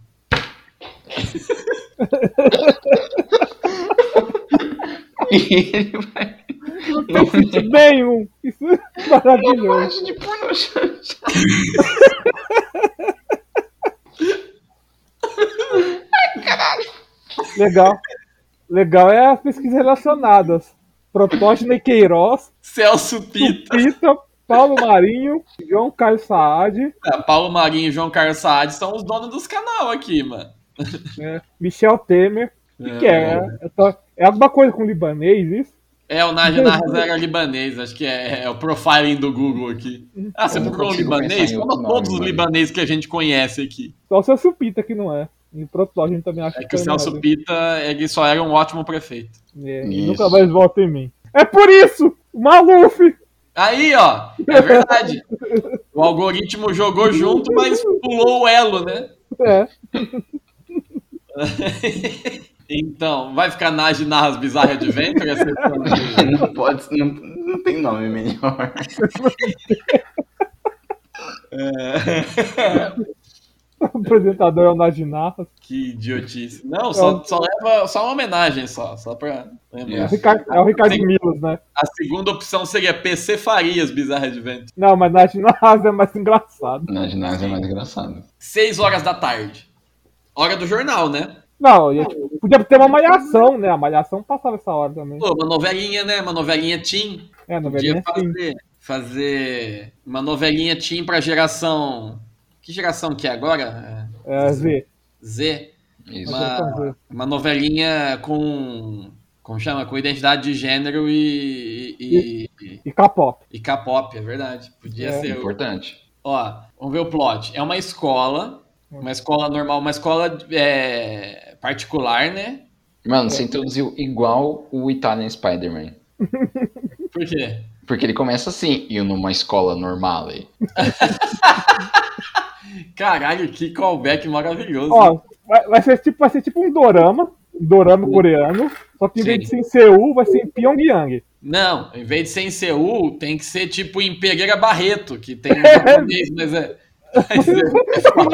Speaker 2: Ele vai
Speaker 3: Não tem sentido nenhum. Isso é
Speaker 2: uma
Speaker 3: maravilhoso.
Speaker 2: parte de porno chanchada.
Speaker 3: Legal. Legal é as pesquisas relacionadas. Protógeno e Queiroz,
Speaker 1: Celso Pita,
Speaker 3: Pita, Paulo Marinho, João Carlos Saad,
Speaker 1: Paulo Marinho e João Carlos Saad são os donos dos canal aqui, mano.
Speaker 3: né, Michel Temer. O que, que é? É, to- é alguma coisa com libanês, isso?
Speaker 1: É, o Nage Narras era libanês, acho que é, é o profiling do Google aqui. Ah, você
Speaker 2: Eu não
Speaker 1: procurou um
Speaker 2: consigo
Speaker 1: libanês?
Speaker 2: pensar em
Speaker 1: Como
Speaker 2: outro
Speaker 1: todos
Speaker 2: nome,
Speaker 1: os
Speaker 2: mano.
Speaker 1: libaneses que a gente conhece aqui.
Speaker 3: Só o Celso Pita que não é. E o protógeno também acho
Speaker 1: É que o
Speaker 3: também não
Speaker 1: Celso Pita, ele só era um ótimo prefeito.
Speaker 3: É,
Speaker 2: Isso.
Speaker 3: nunca mais volta em mim. É por isso! Maluf!
Speaker 1: Aí, ó, é verdade. O algoritmo jogou junto, mas pulou o elo, né?
Speaker 3: É.
Speaker 1: Então, vai ficar Nage Narras Bizarre Adventure? essa sessão de-
Speaker 2: Não pode, não, não tem nome melhor.
Speaker 3: O apresentador é o Naginarras.
Speaker 1: Que idiotice. Não, só, só leva só uma homenagem só, só pra lembrar.
Speaker 2: Yeah.
Speaker 3: Ricardo- É o Ricardo
Speaker 1: Sim.
Speaker 3: Milos, né?
Speaker 1: A segunda opção seria PC Farias Bizarre Adventure.
Speaker 3: Não, mas Naginarras é mais engraçado.
Speaker 2: Na ginásio é mais engraçado.
Speaker 1: 6 horas da tarde. Hora do jornal, né?
Speaker 3: Não, e, tipo, podia ter uma malhação, né? A malhação passava essa hora também.
Speaker 1: Pô, uma novelinha, né? Uma novelinha teen.
Speaker 3: É, na
Speaker 1: Podia
Speaker 3: verdade. sim.
Speaker 1: fazer, fazer uma novelinha teen pra geração. Que geração que é agora?
Speaker 3: É, Z.
Speaker 1: É, Z.
Speaker 2: Isso.
Speaker 1: Uma, uma novelinha com. Como chama? Com identidade de gênero e. e, e,
Speaker 3: E K-pop.
Speaker 1: e K-pop, é verdade. Podia
Speaker 3: É.
Speaker 1: ser. o-
Speaker 2: Importante.
Speaker 1: Ó, vamos ver o plot. É uma escola, uma escola normal, uma escola é, particular, né?
Speaker 2: Mano, você introduziu igual o Italian Spider-Man.
Speaker 1: Por quê?
Speaker 2: Porque ele começa assim, e numa escola normal. aí.
Speaker 1: Caralho, que callback maravilhoso.
Speaker 3: Ó, vai, vai ser tipo, vai ser tipo um dorama, um dorama coreano, só que em vez de ser em Seul, vai ser em Pyongyang.
Speaker 1: Não, em vez de ser em Seul, tem que ser tipo em Pereira Barreto, que tem um japonês, mas é. mas é-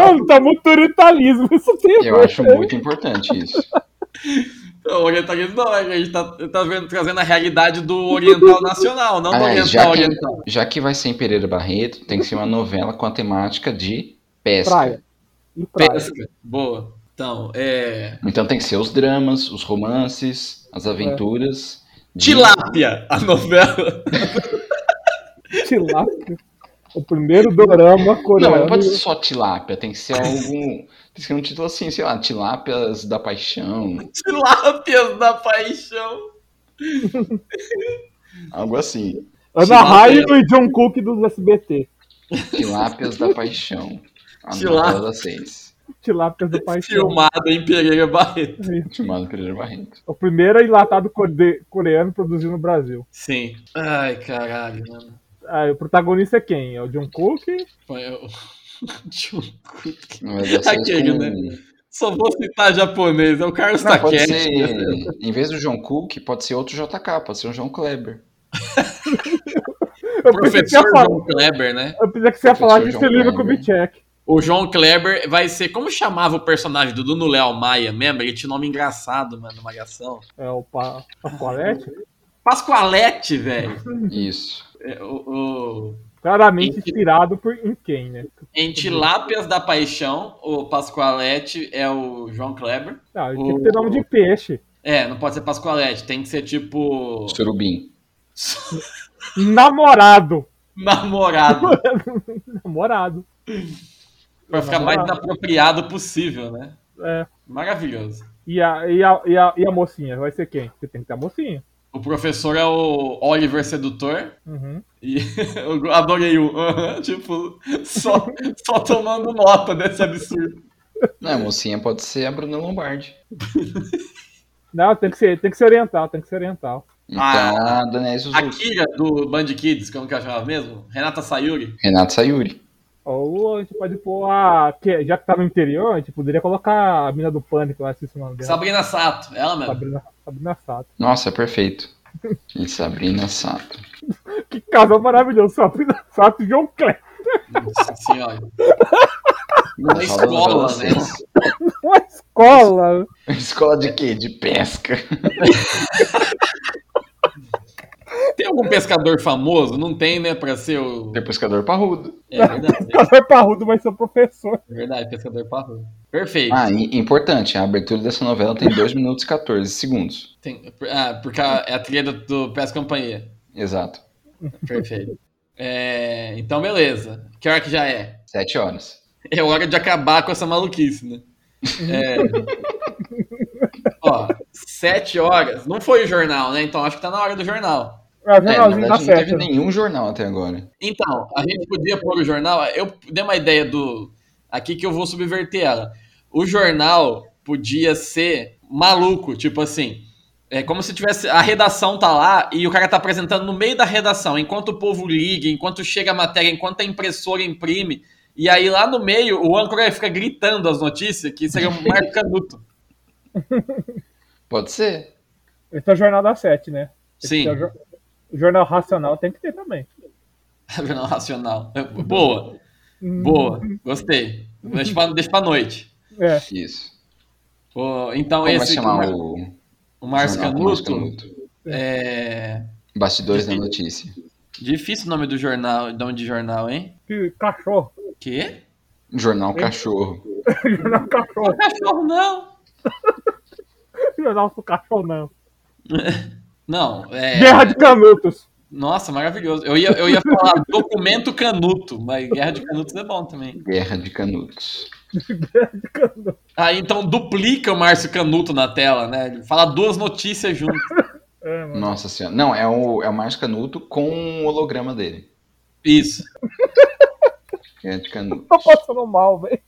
Speaker 3: Mano, tá muito orientalismo, isso tem a
Speaker 2: Eu
Speaker 3: ver,
Speaker 2: acho
Speaker 3: né?
Speaker 2: muito importante isso.
Speaker 1: O orientalismo não, a gente tá, tá vendo, trazendo a realidade do oriental nacional, não do
Speaker 2: Ah,
Speaker 1: oriental
Speaker 2: já que,
Speaker 1: oriental.
Speaker 2: já que vai ser em Pereira Barreto, tem que ser uma novela com a temática de pesca.
Speaker 3: Praia. E praia.
Speaker 1: Pesca. Boa. Então, é.
Speaker 2: Então tem que ser os dramas, os romances, as aventuras. de-
Speaker 1: Tilápia, a novela.
Speaker 3: Tilápia. O primeiro dorama
Speaker 2: Não, mas
Speaker 3: coreano.
Speaker 2: não pode ser só tilápia, tem que ser algum. Tem que ser um título assim, sei lá, Tilápias da Paixão,
Speaker 1: Tilápias da paixão.
Speaker 2: algo assim.
Speaker 3: Ana Raio e John Cook dos SBT.
Speaker 2: Tilápias da Paixão. A
Speaker 1: Tilápia.
Speaker 2: novela das seis.
Speaker 3: Tilápias do Paixão.
Speaker 1: Filmada em Pereira Barreto.
Speaker 2: Chamado Pereira Barreto.
Speaker 3: O primeiro enlatado core- coreano produzido no Brasil.
Speaker 1: Sim. Ai, caralho, mano.
Speaker 3: Ah, o protagonista é quem? É o John Cook?
Speaker 1: Foi eu.
Speaker 2: Novela das seis
Speaker 1: Aquele,
Speaker 2: é com-
Speaker 1: Tá né? Só vou citar japonês, é o Carlos
Speaker 2: Não, pode
Speaker 1: Takeshi. né,
Speaker 2: ser. Em vez do John Cook, pode ser outro JK, pode ser o João Kleber.
Speaker 3: Eu pensei que você ia
Speaker 1: Professor
Speaker 3: falar,
Speaker 1: João Kleber, né?
Speaker 3: eu pensei que você ia falar
Speaker 2: Professor
Speaker 3: de
Speaker 2: John
Speaker 3: Celina
Speaker 2: Kleber.
Speaker 3: Kubitschek.
Speaker 1: O João Kleber vai ser. Como chamava o personagem do Duno Léo Maia, lembra? Ele tinha um nome engraçado, mano, Malhação.
Speaker 3: É o pa... Pasqualete?
Speaker 1: Pascoalete, velho.
Speaker 2: Isso.
Speaker 1: É, o, o-
Speaker 3: Claramente
Speaker 1: Entendi.
Speaker 3: inspirado por em quem, né?
Speaker 1: Em Tilápias da Paixão, o Pascoalete é o João Kleber.
Speaker 3: Não, Ah, ele
Speaker 1: O-
Speaker 3: tinha que ter nome de peixe.
Speaker 1: É, não pode ser Pascoalete, tem que ser tipo.
Speaker 2: Surubim.
Speaker 3: Namorado.
Speaker 1: namorado.
Speaker 3: Namorado.
Speaker 1: Pra ficar mais desapropriado possível, né?
Speaker 3: É.
Speaker 1: Maravilhoso.
Speaker 3: E a, e, a, e, a, e a mocinha? Vai ser quem? Você tem que ter a mocinha.
Speaker 1: O professor é o Oliver Sedutor.
Speaker 3: Uhum.
Speaker 1: E eu adorei o. aham, tipo, só, só tomando nota desse absurdo.
Speaker 2: Não, a mocinha pode ser a Bruna Lombardi.
Speaker 3: Não, tem que, ser, tem que ser oriental, tem que ser oriental.
Speaker 2: Então,
Speaker 1: Ah.
Speaker 2: a Daniela Suzuki.
Speaker 1: A Kira do Band Kids, como que ela chamava mesmo? Renata Sayuri.
Speaker 2: Renato Sayuri.
Speaker 3: Ou a gente pode pôr a. Que, já que tá no interior, a gente poderia colocar a mina do pânico lá, esqueci o nome dela.
Speaker 1: Sabrina Sato, é ela mesmo.
Speaker 3: Sabrina, Sabrina Sato.
Speaker 2: Nossa, é perfeito. E Sabrina Sato.
Speaker 3: Que casal maravilhoso, Sabrina Sato e João Kleber.
Speaker 1: Nossa senhora.
Speaker 2: Na
Speaker 1: escola, né?
Speaker 3: Uma escola.
Speaker 2: Escola de quê? De pesca.
Speaker 1: Tem algum pescador famoso? Não tem, né? Pra ser o.
Speaker 2: Tem pescador parrudo.
Speaker 1: É verdade,
Speaker 3: Casal parrudo vai ser o professor.
Speaker 1: é verdade, pescador parrudo. Perfeito.
Speaker 2: Ah, e importante, a abertura dessa novela tem 2 minutos e 14 segundos.
Speaker 1: Tem- ah, porque a- é a trilha do, do Pesca Companhia.
Speaker 2: Exato.
Speaker 1: Perfeito. É, então, beleza. Que hora que já é?
Speaker 2: 7 horas.
Speaker 1: É hora de acabar com essa maluquice, né? É. Ó, sete horas. Não foi o jornal, né? Então acho que tá na hora do jornal.
Speaker 3: É,
Speaker 2: É, na
Speaker 3: jornalzinho da
Speaker 2: verdade, não teve
Speaker 3: festa.
Speaker 2: nenhum jornal até agora.
Speaker 1: Então, a gente podia pôr o jornal. Eu dei uma ideia do. Aqui que eu vou subverter ela. O jornal podia ser maluco, tipo assim. É como se tivesse. A redação tá lá e o cara tá apresentando no meio da redação, enquanto o povo liga, enquanto chega a matéria, enquanto a impressora imprime. E aí lá no meio, o âncora fica gritando as notícias, que seria um Marco Canuto.
Speaker 2: Pode ser.
Speaker 3: Esse é o jornal da sete, né? Esse
Speaker 1: Sim.
Speaker 3: é o jor- o jornal racional tem que ter também.
Speaker 1: Jornal Racional. Boa,
Speaker 3: Hum,
Speaker 1: boa. Gostei. Deixa pra, deixa pra noite.
Speaker 3: É.
Speaker 2: Isso.
Speaker 1: Ô, Então
Speaker 2: Como vai
Speaker 1: esse.
Speaker 2: chamar o.
Speaker 1: O Márcio
Speaker 2: jornal do
Speaker 1: Canuto.
Speaker 2: Canuto?
Speaker 1: É.
Speaker 2: Bastidores da notícia.
Speaker 1: Difícil o nome do jornal, nome de jornal, hein?
Speaker 3: Que cachorro.
Speaker 1: Quê?
Speaker 3: É.
Speaker 2: Jornal Cachorro.
Speaker 3: jornal cachorro.
Speaker 1: Cachorro não!
Speaker 3: Jornal do cachorro, não.
Speaker 1: Não, é.
Speaker 3: Guerra de Canutos.
Speaker 1: Nossa, maravilhoso. Eu ia, eu ia falar documento canuto, mas guerra de canutos é bom também.
Speaker 2: Guerra de Canutos.
Speaker 1: Ah, então duplica o Márcio Canuto na tela, né? Ele Fala duas notícias junto.
Speaker 3: É, mano.
Speaker 2: Nossa senhora. Não, é o, é o Márcio Canuto com o holograma dele.
Speaker 1: Isso.
Speaker 2: Guerra de Canutos.
Speaker 3: Tô passando mal, velho.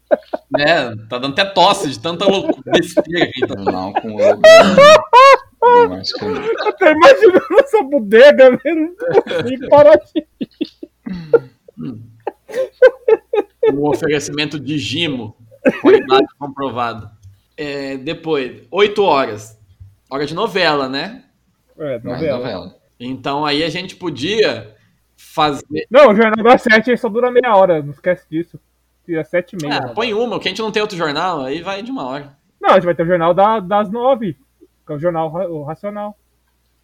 Speaker 1: né? Tá dando até tosse de tanta loucura besteira que tá.
Speaker 2: Não, com o logo. Não, mas que-
Speaker 3: Eu tô Tá imaginando essa bodega, né? Em Paraty.
Speaker 1: Um oferecimento de gimo. Qualidade comprovada. É, depois, 8 horas. Hora de novela, né?
Speaker 3: É,
Speaker 2: Mas
Speaker 3: novela.
Speaker 2: novela.
Speaker 1: Então aí a gente podia fazer.
Speaker 3: Não, o Jornal das Sete aí só dura meia hora, não esquece disso. Tira sete e meia.
Speaker 1: Ah, põe uma, porque a gente não tem outro jornal, aí vai de uma hora.
Speaker 3: Não, a gente vai ter o Jornal da- das Nove, que é o Jornal ra- o Racional.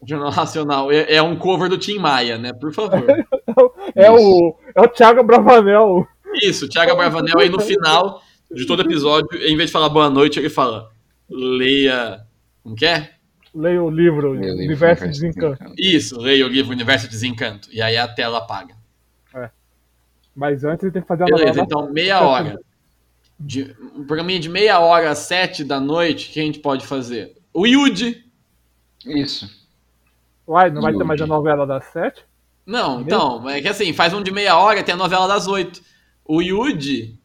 Speaker 1: Jornal Nacional. É, é um cover do Tim Maia, né? Por favor.
Speaker 3: É o, é o Thiago Bravanel.
Speaker 1: Isso, o Thiago Bravanel aí no final de todo episódio, em vez de falar boa noite, ele fala leia. Como que é?
Speaker 3: Leia o livro,
Speaker 2: Meu livro,
Speaker 3: Universo Desencanto.
Speaker 1: Isso, leia o livro Universo Desencanto. E aí a tela apaga.
Speaker 3: Mas antes ele tem que fazer a
Speaker 1: Beleza,
Speaker 3: novela.
Speaker 1: então meia hora. De, um programinha de meia hora às sete da noite, o que a gente pode fazer? O Yudi.
Speaker 2: Isso.
Speaker 3: Uai, não vai ter mais a novela das sete?
Speaker 1: Não, então, é que assim, faz um de meia hora tem a novela das oito. O Yudi,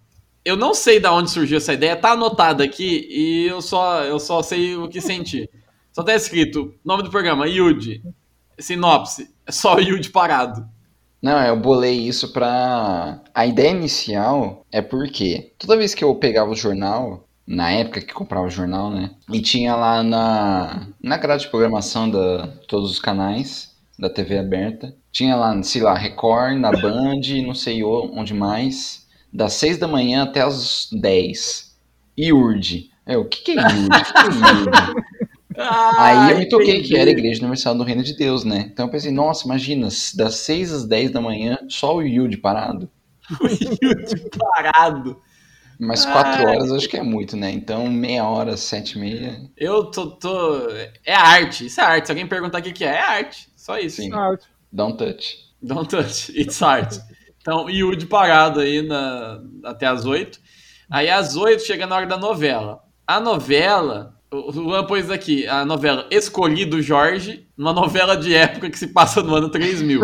Speaker 1: eu não sei de onde surgiu essa ideia, tá anotada aqui e eu só, eu só sei o que senti. Só tá escrito, nome do programa, Yudi. Sinopse, é só o Yudi parado.
Speaker 2: Não, eu bolei isso pra. A ideia inicial é porque toda vez que eu pegava o jornal, na época que comprava o jornal, né? E tinha lá na, na grade de programação da todos os canais da TV aberta, tinha lá, sei lá, Record, na Band, não sei o- onde mais, das 6 da manhã até as 10. E URD. Eu, o que, que é IURD? O que que é IURD?
Speaker 1: Ah,
Speaker 2: Aí eu me toquei
Speaker 1: entendi.
Speaker 2: que era a Igreja Universal do Reino de Deus, né? Então eu pensei, nossa, imagina, das 6 às 10 da manhã, só o Yield parado.
Speaker 1: O Yudi parado.
Speaker 2: Mas
Speaker 1: Ah.
Speaker 2: 4 horas acho que é muito, né? Então meia hora, 7 e meia.
Speaker 1: Eu tô, tô... É arte, isso é arte. Se alguém perguntar o que que é, é arte. Só isso.
Speaker 2: Sim.
Speaker 3: Ah,
Speaker 2: Dá um touch.
Speaker 1: Don't touch, it's art. Então, Yud parado aí na, até as oito. Aí às oito chega na hora da novela. A novela, o o Luan pôs aqui, a novela Escolhido Jorge, uma novela de época que se passa no ano 3000.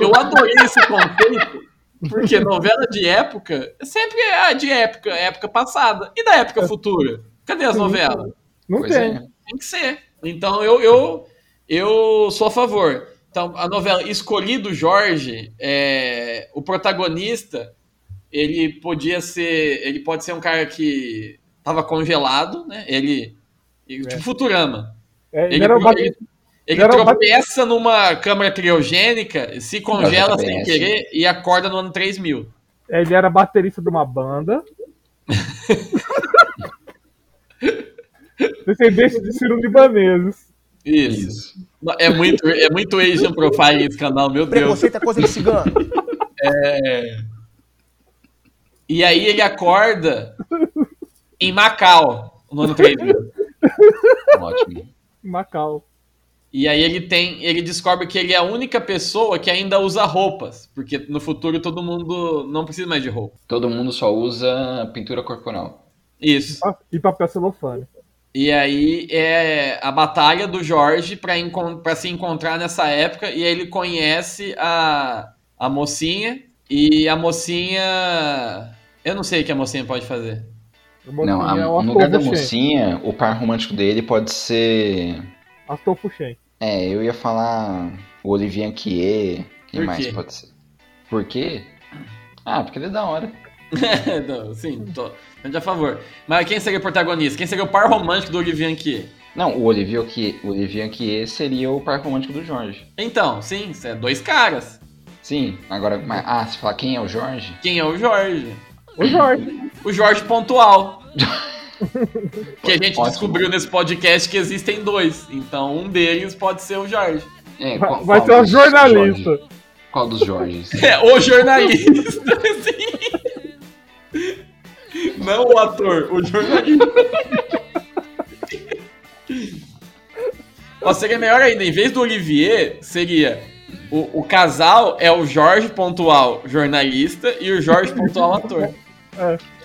Speaker 1: Eu adorei esse conceito, porque novela de época sempre é a de época, época passada. E da época futura? Cadê as novelas?
Speaker 3: não
Speaker 2: Pois
Speaker 3: tem.
Speaker 2: é.
Speaker 1: Tem que ser. Então eu, eu, eu sou a favor. Então, a novela Escolhido Jorge, é, o protagonista, ele podia ser. Ele pode ser um cara que estava congelado, né? Ele. ele- Tipo Futurama.
Speaker 3: É,
Speaker 1: Ele,
Speaker 3: era o Bat-
Speaker 1: ele, ele
Speaker 3: era o Bat-
Speaker 1: tropeça numa câmara criogênica, se congela sem
Speaker 2: JBS.
Speaker 1: querer e acorda no ano 3000.
Speaker 3: ele era baterista de uma banda. Descendente de Ciro Libaneses.
Speaker 1: Isso.
Speaker 2: Isso.
Speaker 1: É muito, é muito Asian Profile esse canal, meu Deus. É.
Speaker 5: Preconceito é coisa de cigano.
Speaker 1: E aí ele acorda em Macau, no ano 3000.
Speaker 2: Ótimo.
Speaker 3: em Macau.
Speaker 1: E aí ele tem, ele descobre que ele é a única pessoa que ainda usa roupas, porque no futuro todo mundo não precisa mais de roupa.
Speaker 2: Todo mundo só usa pintura corporal.
Speaker 1: Isso.
Speaker 3: Ah, E papel celofane.
Speaker 1: E aí é a batalha do Jorge pra encon- pra se encontrar nessa época e aí ele conhece a, a mocinha e a mocinha eu não sei o que a mocinha pode fazer.
Speaker 2: Não, a-
Speaker 3: é o
Speaker 2: no lugar da
Speaker 3: Astolfo Shen.
Speaker 2: mocinha, o par romântico dele pode ser.
Speaker 3: Astolfo Shen.
Speaker 2: É, eu ia falar o Olivier Anquier. Quem
Speaker 1: Por
Speaker 2: mais
Speaker 1: quê?
Speaker 2: pode ser? Por quê? Ah, porque ele é da hora.
Speaker 1: não, sim, tô, tô de a favor. Mas quem seria o protagonista? Quem seria o par romântico do Olivier Anquier?
Speaker 2: Não, o Olivier Anquier, o Olivier Anquier seria o par romântico do Jorge.
Speaker 1: Então, sim, é dois caras.
Speaker 2: Sim, agora. mas- ah, você fala quem é o Jorge?
Speaker 1: Quem é o Jorge?
Speaker 3: O Jorge.
Speaker 1: O Jorge Pontual. que a gente
Speaker 2: Ótimo.
Speaker 1: descobriu nesse podcast que existem dois. Então, um deles pode ser o Jorge.
Speaker 2: É,
Speaker 3: Vai,
Speaker 2: qual-
Speaker 3: vai
Speaker 2: qual
Speaker 3: ser um
Speaker 2: dos
Speaker 3: jornalista.
Speaker 2: Jorge? Qual dos Jorges?
Speaker 1: É, o jornalista, sim. Não o ator, o jornalista. Ó, seria melhor ainda, em vez do Olivier, seria o, o casal é o Jorge Pontual, jornalista, e o Jorge Pontual, ator.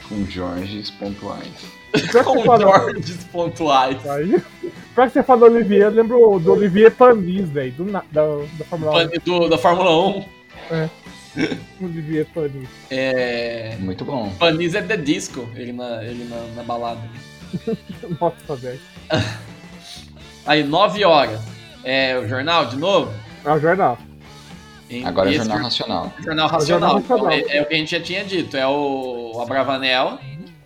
Speaker 2: Com Jorges pontuais.
Speaker 3: Pior é que
Speaker 1: Com
Speaker 3: você fala-
Speaker 1: Jorges Pontuais.
Speaker 3: Aí, pior que você fala do Olivier, eu lembro do Olivier Panis, velho, do na- da, da Fórmula 1.
Speaker 1: Pane do- da Fórmula 1.
Speaker 3: Não devia fazer isso.
Speaker 1: É.
Speaker 2: Muito bom.
Speaker 1: Panis é The Disco, ele na, ele na, na balada.
Speaker 3: Nossa, velho.
Speaker 1: Aí, 9 horas. É o jornal de novo?
Speaker 3: É o jornal.
Speaker 1: Em-
Speaker 2: Agora é
Speaker 1: esse
Speaker 2: Jornal
Speaker 1: jor-
Speaker 2: Nacional.
Speaker 1: jornal
Speaker 3: Jornal
Speaker 1: Racional. Então,
Speaker 3: Racional.
Speaker 1: é, é o que a gente já tinha dito. É o Abravanel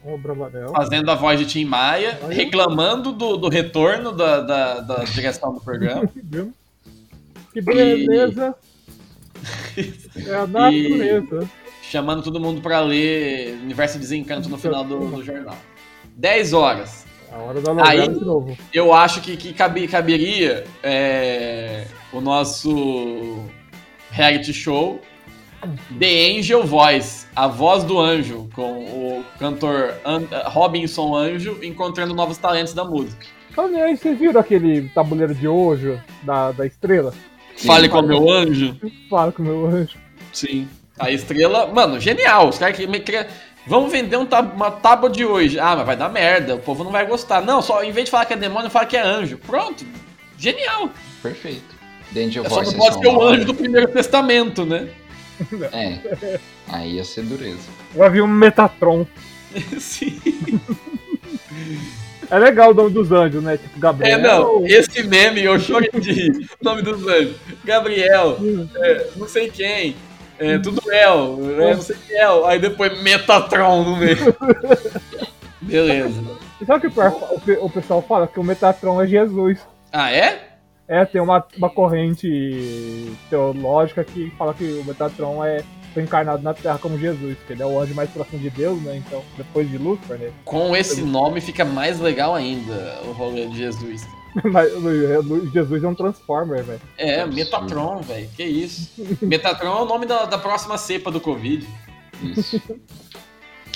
Speaker 3: O Bravanel.
Speaker 1: fazendo a voz de Tim Maia,
Speaker 3: Olha.
Speaker 1: reclamando do, do retorno da, da, da direção do programa.
Speaker 3: Que beleza. É a natureza.
Speaker 1: chamando todo mundo pra ler Universo Desencanto no final do, do jornal. 10 horas.
Speaker 3: A hora da novela
Speaker 1: Aí-
Speaker 3: de novo.
Speaker 1: Eu acho que, que cabe- caberia é, o nosso reality show The Angel Voice, a voz do anjo, com o cantor An- Robinson Anjo encontrando novos talentos da música.
Speaker 3: Aliás, vocês viram aquele tabuleiro de hoje da, da estrela?
Speaker 1: Fale com o meu anjo.
Speaker 3: Fala com o meu anjo.
Speaker 1: Sim. A estrela, mano, genial. Os caras que me cria... Vamos vender um tab- uma tábua de hoje. Ah, mas vai dar merda, o povo não vai gostar. Não, só em vez de falar que é demônio, fala que é anjo. Pronto. Genial.
Speaker 2: Perfeito. Danger
Speaker 1: É só
Speaker 2: Voice.
Speaker 1: não pode
Speaker 2: são
Speaker 1: ser o
Speaker 2: nove.
Speaker 1: anjo do primeiro testamento, né?
Speaker 2: É. Aí ia ser dureza.
Speaker 3: Vai vir um Metatron.
Speaker 1: Sim.
Speaker 3: É legal o nome dos anjos, né? Tipo
Speaker 1: É,
Speaker 3: Gabriel.
Speaker 1: não. Esse meme, eu chorei de rir. O nome dos anjos. Gabriel, é, não sei quem. É, tudo El, é, não sei quem é. Aí depois Metatron no meio. Beleza.
Speaker 3: E Sabe o que o pior- o pe- o pessoal fala? Que o Metatron é Jesus.
Speaker 1: Ah, é?
Speaker 3: É, tem uma, uma corrente teológica que fala que o Metatron é foi encarnado na Terra como Jesus, que ele é o anjo mais próximo de Deus, né? Então, depois de Lúcifer, né?
Speaker 1: Com esse nome fica mais legal ainda o rolê de Jesus.
Speaker 3: Mas Lu- Lu- Jesus é um Transformer, velho.
Speaker 1: É,
Speaker 2: Absurdo.
Speaker 1: Metatron, velho. Que isso. Metatron é o nome da, da próxima cepa do Covid.
Speaker 2: Isso.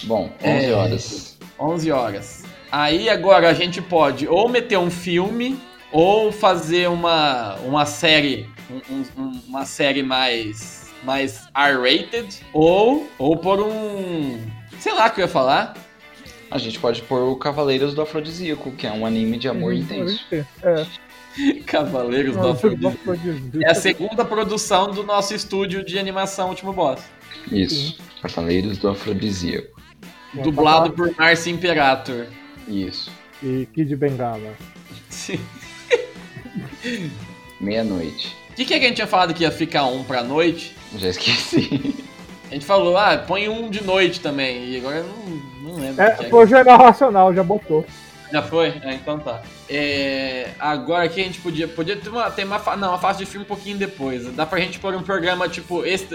Speaker 2: Bom, 11
Speaker 1: É.
Speaker 2: horas.
Speaker 1: 11 horas. Aí agora a gente pode ou meter um filme ou fazer uma, uma série, um- um- um- uma série mais mais R-rated ou ou por um, sei lá o que eu ia falar.
Speaker 2: A gente pode pôr o Cavaleiros do Afrodisíaco, que é um anime
Speaker 1: Tá
Speaker 2: de amor intenso.
Speaker 3: É.
Speaker 1: Cavaleiros do
Speaker 3: Nossa,
Speaker 1: Afrodite.
Speaker 3: foi Jesus.
Speaker 1: um É a segunda produção do nosso estúdio de animação Último Boss,
Speaker 2: Isso. Cavaleiros do Afrodisíaco.
Speaker 3: É, tá
Speaker 1: dublado por Marcio Imperator.
Speaker 2: Isso.
Speaker 3: E Kid Bengala.
Speaker 1: Sim.
Speaker 2: Meia-noite.
Speaker 1: O que, que é que a gente tinha falado que ia ficar um pra noite?
Speaker 2: Já esqueci.
Speaker 1: A gente falou, ah, põe um de noite também. E agora eu não, não lembro. o que
Speaker 3: É, foi o Jornal Racional, já botou.
Speaker 1: Já foi? Ah, então tá. É, agora aqui a gente podia. Podia ter uma. Ter uma fa- não, uma fase de filme um pouquinho depois. Dá pra gente pôr um programa tipo. Esse,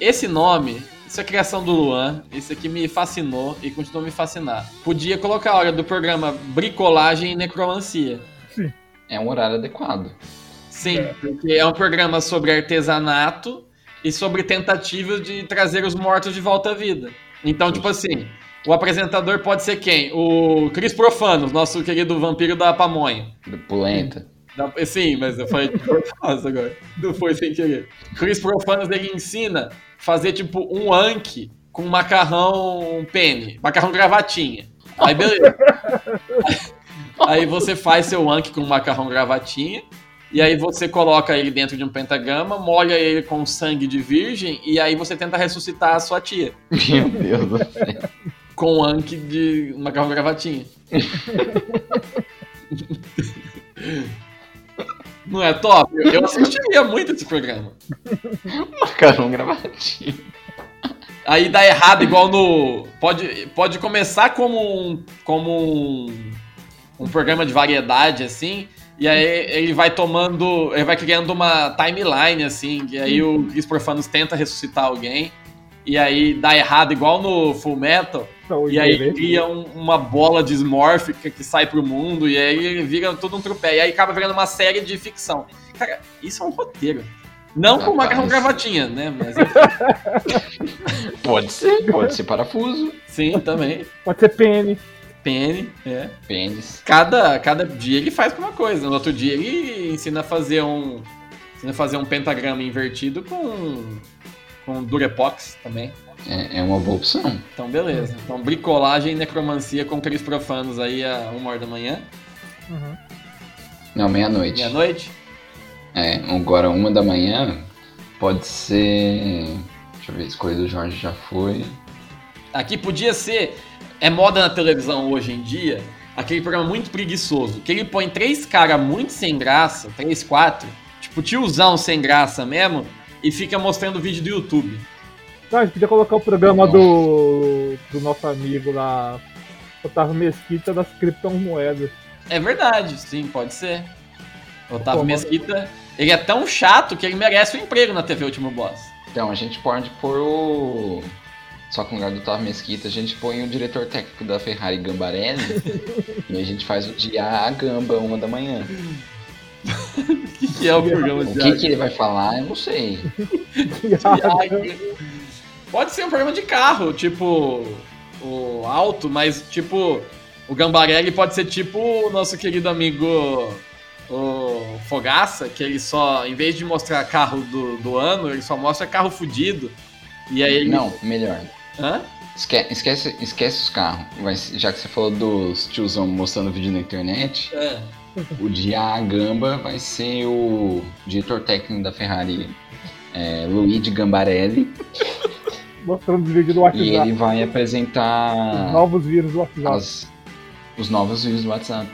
Speaker 1: esse nome, isso é criação do Luan. Isso aqui me fascinou e continua me fascinar. Podia colocar a hora do programa Bricolagem e Necromancia.
Speaker 2: É um horário adequado.
Speaker 1: Sim, porque é um programa sobre artesanato e sobre tentativas de trazer os mortos de volta à vida. Então, tipo assim, o apresentador pode ser quem? O Cris Profanos, nosso querido vampiro da pamonha.
Speaker 2: Pulenta.
Speaker 1: Da- Sim, mas eu falei de propósito agora. Não foi sem querer. Chris Profanos, ele ensina fazer, tipo, um anki com macarrão penne, macarrão gravatinha. Aí, beleza. aí você faz seu anki com macarrão gravatinha, e aí você coloca ele dentro de um pentagrama, molha ele com sangue de virgem, e aí você tenta ressuscitar a sua tia
Speaker 2: Meu Deus do céu.
Speaker 1: com um anki de macarrão gravatinha. Não é top? Eu assistiria muito esse programa.
Speaker 2: Macarrão gravadinho.
Speaker 1: Aí dá errado, igual no. Pode, pode começar como um. como um, um programa de variedade, assim. E aí ele vai tomando. Ele vai criando uma timeline, assim. E aí o Chris Profanos tenta ressuscitar alguém. E aí dá errado, igual no Full Metal.
Speaker 3: Então,
Speaker 1: E aí
Speaker 3: Iberê-
Speaker 1: cria um- uma bola dismórfica que sai pro mundo e aí vira todo um trupé. E aí acaba virando uma série de ficção. Cara, isso é um roteiro. Não com macarrão
Speaker 2: Rapaz.
Speaker 1: gravatinha, né? Mas
Speaker 2: Pode ser, pode ser parafuso.
Speaker 1: sim, também.
Speaker 3: Pode ser PN.
Speaker 1: Pene, é.
Speaker 2: Pênis.
Speaker 1: Cada, cada dia ele faz uma coisa. No outro dia ele ensina a fazer um. Ensina a fazer um pentagrama invertido com. com Durepox também.
Speaker 2: É, é uma boa opção.
Speaker 1: Então beleza. Então bricolagem e necromancia com aqueles profanos aí a uma hora da manhã.
Speaker 3: Uhum.
Speaker 2: Não, meia-noite.
Speaker 1: Meia-noite.
Speaker 2: É, agora uma da manhã pode ser Deixa eu ver, Escolha do Jorge já foi.
Speaker 1: Aqui podia ser. É moda na televisão hoje em dia. Aquele programa muito preguiçoso. Que ele põe três caras muito sem graça, três, quatro. Tipo, tiozão sem graça mesmo. E fica mostrando vídeo do YouTube.
Speaker 3: Tá, a gente podia colocar o programa do, do nosso amigo lá, Otávio Mesquita, das criptomoedas.
Speaker 1: É verdade, sim, pode ser. Otávio
Speaker 3: Pô, mas-
Speaker 1: Mesquita, ele é tão chato que ele merece um emprego na TV Último Boss.
Speaker 2: Então, a gente pode pôr o. Só que no lugar do Otávio Mesquita, a gente põe o diretor técnico da Ferrari Gambarelli. e a gente faz o dia a gamba, uma da manhã.
Speaker 1: O que, que é o programa
Speaker 2: O
Speaker 1: de
Speaker 2: que, que ele vai falar, eu não sei.
Speaker 1: viagem? Pode ser um programa de carro, tipo o alto, mas tipo o Gambarelli pode ser tipo o nosso querido amigo o Fogaça, que ele só, em vez de mostrar carro do, do ano, ele só mostra carro fudido. E aí ele.
Speaker 2: Não, melhor.
Speaker 1: Hã?
Speaker 2: Esque- Esquece, esquece os carros. Vai ser- já que você falou dos tiozão mostrando vídeo na internet,
Speaker 1: É.
Speaker 2: o dia a gamba vai ser o diretor técnico da Ferrari, é, Luigi Gambarelli.
Speaker 3: Mostrando os vídeos do
Speaker 2: E
Speaker 3: WhatsApp.
Speaker 2: ele vai apresentar
Speaker 1: ah,
Speaker 3: Os novos vírus do WhatsApp.
Speaker 2: as- os novos vídeos do WhatsApp.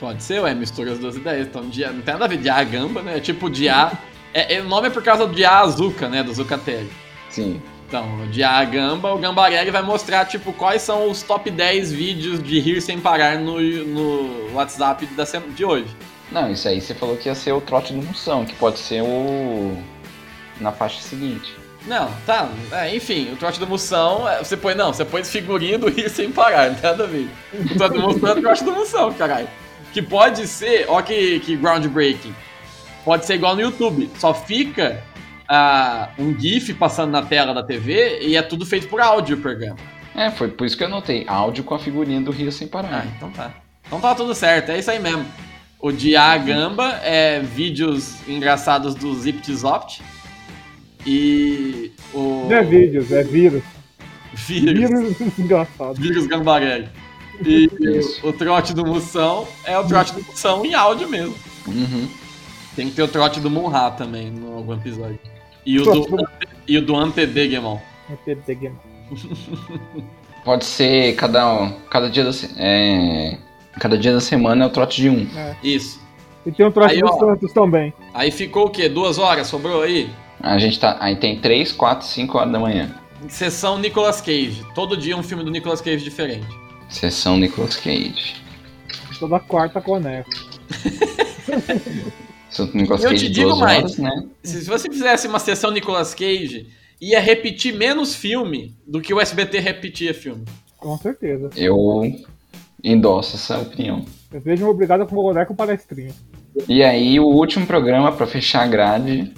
Speaker 1: Pode ser, ué, mistura as duas ideias. Então, dia, não tem nada a ver de A gamba, né? É tipo de A. É, é- o nome é por causa de A Azuca, né? Do Zucatelli.
Speaker 2: Sim.
Speaker 1: Então, de A gamba, o Gambarelli vai mostrar, tipo, quais são os top 10 vídeos de rir sem parar no, no WhatsApp da sema- de hoje.
Speaker 2: Não, isso aí você falou que ia ser o trote do Moção, que pode ser o. na faixa seguinte.
Speaker 1: Não, tá. é, enfim, o trote do Moção, é, você põe, não, você põe figurinha do rir sem parar, não tem nada a ver. O trote do Moção é o trote do Moção, caralho. Que pode ser, ó que, que groundbreaking, pode ser igual no YouTube, só fica ah, um GIF passando na tela da TV e é tudo feito por áudio o programa.
Speaker 2: É, foi por isso que eu anotei. Áudio com a figurinha do Rio Sem
Speaker 1: Ah,
Speaker 2: Parar.
Speaker 1: então tá. Então tá tudo certo, é isso aí mesmo. O de A Gamba é vídeos engraçados do Zipt Zopt. E o.
Speaker 3: Não é vídeos, é vírus.
Speaker 1: Vírus.
Speaker 3: Vírus engraçado.
Speaker 1: Vírus Gambarelli. E
Speaker 2: Isso.
Speaker 1: o trote do Moção é o trote do Moção em áudio mesmo.
Speaker 2: Uhum.
Speaker 1: Tem que ter o trote do Munra também em algum episódio. E o
Speaker 3: Trote
Speaker 1: do, e o do Antebegemon.
Speaker 2: Pode ser cada, um, cada, dia da, se- é, cada dia da semana é o trote de um.
Speaker 1: Isso.
Speaker 3: E tem um troço
Speaker 1: Aí,
Speaker 3: do
Speaker 1: ó.
Speaker 3: Santos também.
Speaker 1: Aí ficou o quê? Duas horas? Sobrou aí?
Speaker 2: A gente tá. Aí tem 3, 4, 5 horas da manhã.
Speaker 1: Sessão Nicolas Cage. Todo dia um filme do Nicolas Cage diferente.
Speaker 2: Sessão Nicolas Cage.
Speaker 3: Toda quarta conecta.
Speaker 2: Sessão Nicolas
Speaker 1: Eu
Speaker 2: Cage
Speaker 1: te digo
Speaker 2: duas
Speaker 1: mais.
Speaker 2: horas, né?
Speaker 1: Se, se você fizesse uma sessão Nicolas Cage, ia repetir menos filme do que o SBT repetia filme.
Speaker 3: Com certeza.
Speaker 2: Eu endosso essa opinião.
Speaker 3: Eu vejo um obrigado com o boneco palestrinho.
Speaker 2: E aí, o último programa pra fechar a grade,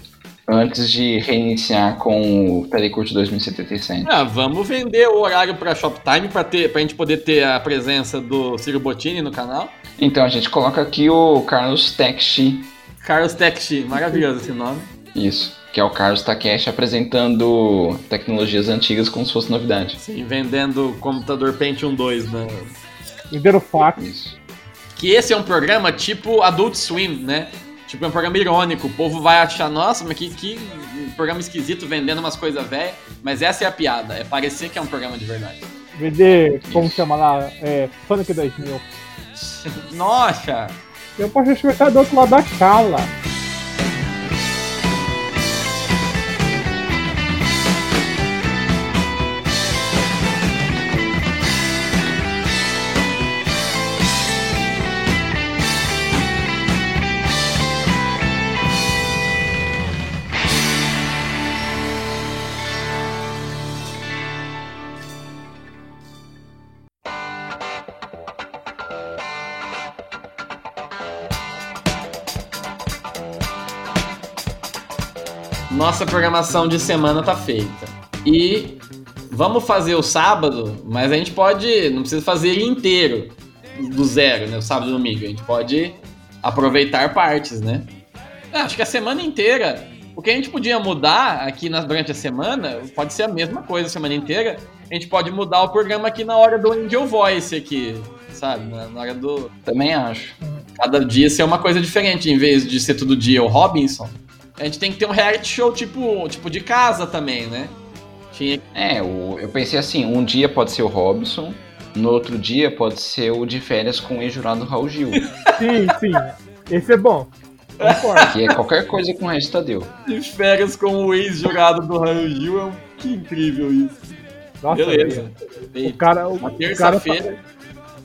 Speaker 2: antes de reiniciar com o Telecurso 2077.
Speaker 1: Ah, vamos vender o horário pra Shoptime pra, ter, pra gente poder ter a presença do Ciro Bottini no canal.
Speaker 2: Então, a gente coloca aqui o Carlos Takeshi,
Speaker 1: Carlos Tech, maravilhoso esse nome.
Speaker 2: isso, que é o Carlos Takeshi apresentando tecnologias antigas como se fosse novidade.
Speaker 1: Sim, vendendo o computador Pentium 2. Né?
Speaker 3: Venderam fax.
Speaker 2: Isso.
Speaker 1: Que esse é um programa tipo Adult Swim, né? Tipo, é um programa irônico. O povo vai achar, nossa, mas que, que programa esquisito vendendo umas coisas velhas. Mas essa é a piada, é parecer que é um programa de verdade.
Speaker 3: Vender, como chama lá? É, Sonic 2000.
Speaker 1: Nossa!
Speaker 3: Eu posso respeitar do outro lado da cala.
Speaker 1: Nossa programação de semana tá feita. E vamos fazer o sábado, mas a gente pode, não precisa fazer ele inteiro do zero, né? O sábado e domingo. A gente pode aproveitar partes, né? Ah, acho que a semana inteira. O que a gente podia mudar aqui na- durante a semana pode ser a mesma coisa a semana inteira. A gente pode mudar o programa aqui na hora do Angel Voice aqui, sabe? Na, na hora do.
Speaker 2: Também acho.
Speaker 1: Cada dia ser uma coisa diferente, em vez de ser todo dia o Robinson. A gente tem que ter um reality show tipo, tipo de casa também, né? Tinha
Speaker 2: É, o- eu pensei assim, um dia pode ser o Robson, no outro dia pode ser o de férias com o ex-jurado Raul Gil,
Speaker 3: Sim, sim. Esse é bom. Concordo.
Speaker 2: que é qualquer coisa com o Regis Tadeu.
Speaker 1: de férias com o ex-jurado do Raul Gil. É um... Que incrível isso.
Speaker 3: Nossa, é
Speaker 1: Beleza.
Speaker 3: velho. O cara, o,
Speaker 1: Uma
Speaker 3: o, cara,
Speaker 1: terça-feira.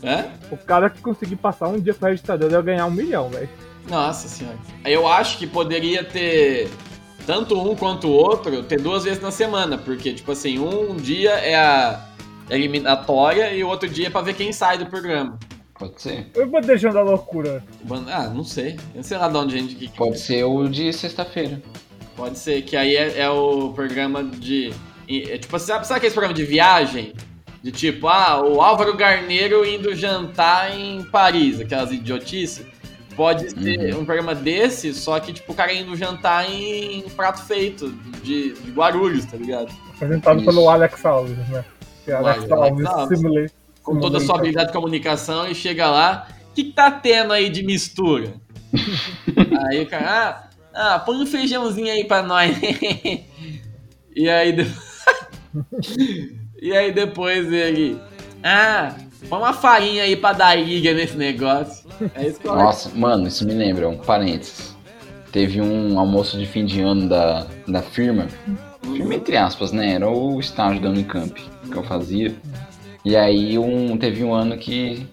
Speaker 1: Hã?
Speaker 3: o cara que conseguir passar um dia com o registrador deve ganhar um milhão, velho.
Speaker 1: Nossa senhora. Eu acho que poderia ter tanto um quanto o outro, ter duas vezes na semana, porque, tipo assim, um dia é a eliminatória e o outro dia é pra ver quem sai do programa.
Speaker 2: Pode ser.
Speaker 3: Eu vou deixando a loucura.
Speaker 1: Ban- Ah, não sei. Eu sei lá de onde a gente que
Speaker 2: Pode ser o de sexta-feira.
Speaker 1: Pode ser, que aí é, é o programa de. é tipo, sabe, sabe aquele programa de viagem? De tipo, ah, o Álvaro Garneiro indo jantar em Paris, aquelas idiotices. Pode ser um programa desse, só que tipo, o cara indo jantar em prato feito, de, de Guarulhos, tá ligado?
Speaker 3: Apresentado
Speaker 2: Isso.
Speaker 3: pelo Alex Alves, né? Que é
Speaker 1: O
Speaker 3: Alex
Speaker 1: Alex
Speaker 3: Alves,
Speaker 1: Alves.
Speaker 3: simulei.
Speaker 1: Com toda a sua habilidade de comunicação e chega lá, o que, que tá tendo aí de mistura? aí o cara, ah, ah, põe um feijãozinho aí pra nós. e aí depois. E aí depois ele. Ah, põe uma farinha aí pra dar liga nesse negócio. É isso que eu acho.
Speaker 2: Nossa, mano, isso me lembra, um parênteses. Teve um almoço de fim de ano da, da firma, firma entre aspas, né? Era o estágio da Unicamp que eu fazia. E aí um, teve um ano que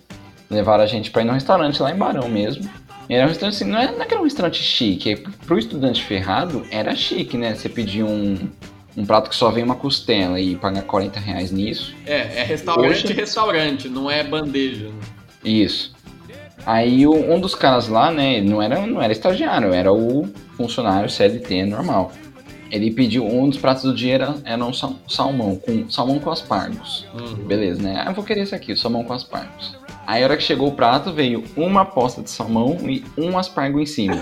Speaker 2: levaram a gente pra ir num restaurante lá em Barão mesmo. E Era um restaurante assim, não era, não era um restaurante chique. é, Pro estudante ferrado, era chique, né? Você pedir um, um prato que só vem uma costela e pagar 40 reais nisso.
Speaker 1: É, é restaurante,
Speaker 2: Poxa.
Speaker 1: restaurante, não é bandeja. né?
Speaker 2: Isso. Aí o- um dos caras lá, né, não era, não era estagiário, era o funcionário CLT normal. Ele pediu, um dos pratos do dia era, era um sal- salmão, com salmão com aspargos.
Speaker 1: Uhum.
Speaker 2: Beleza, né? Ah, eu vou querer esse aqui, salmão com aspargos. Aí a hora que chegou o prato, veio uma posta de salmão e um aspargo em cima.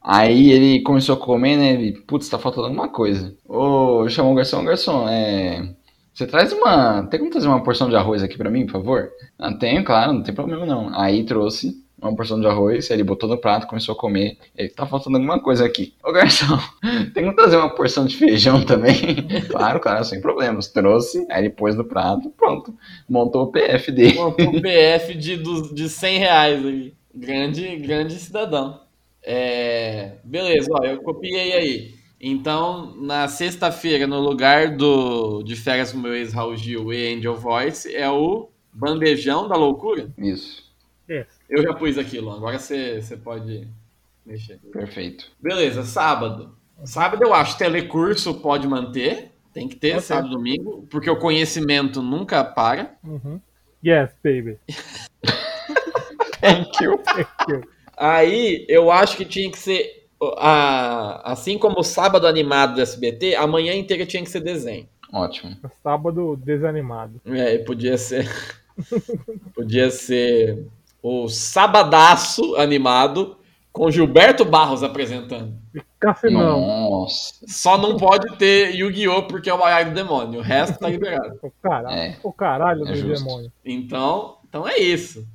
Speaker 2: Aí ele começou a comer, né? Ele, putz, tá faltando alguma coisa. Ô, chamou o garçom, garçom, é. Você traz uma. Tem como trazer uma porção de arroz aqui pra mim, por favor? Ah, tenho, claro, não tem problema não. Aí trouxe uma porção de arroz, aí ele botou no prato, começou a comer. Ele, tá faltando alguma coisa aqui. Ô, garçom, tem como trazer uma porção de feijão também? claro, claro, sem problemas. Trouxe, aí ele pôs no prato, pronto. Montou o PF dele.
Speaker 1: Montou um PF de, du- de 100 reais ali. Grande, grande cidadão. É, beleza, ó, eu copiei aí. Então, na sexta-feira, no lugar do de férias com meu ex Raul Gil e Angel Voice, é o bandejão da loucura.
Speaker 2: Isso,
Speaker 1: Eu já pus aquilo, agora você você pode mexer.
Speaker 2: perfeito.
Speaker 1: Beleza, sábado. Sábado eu acho telecurso pode manter, tem que ter
Speaker 3: Ok.
Speaker 1: sábado e domingo, porque o conhecimento nunca para.
Speaker 3: Uhum. Yes, baby.
Speaker 2: Thank you.
Speaker 1: Aí eu acho que tinha que ser. a- assim como o sábado animado do SBT, a manhã inteira tinha que ser desenho.
Speaker 2: Ótimo.
Speaker 3: Sábado desanimado.
Speaker 1: É, e podia ser. podia ser o sabadaço animado com Gilberto Barros apresentando.
Speaker 3: Cassinão.
Speaker 2: Nossa.
Speaker 1: Só não pode ter Yu-Gi-Oh! porque é o horário do demônio. O resto tá liberado.
Speaker 3: O caralho,
Speaker 2: É.
Speaker 3: o caralho
Speaker 2: É
Speaker 3: do
Speaker 2: justo.
Speaker 3: demônio.
Speaker 1: Então, então é isso.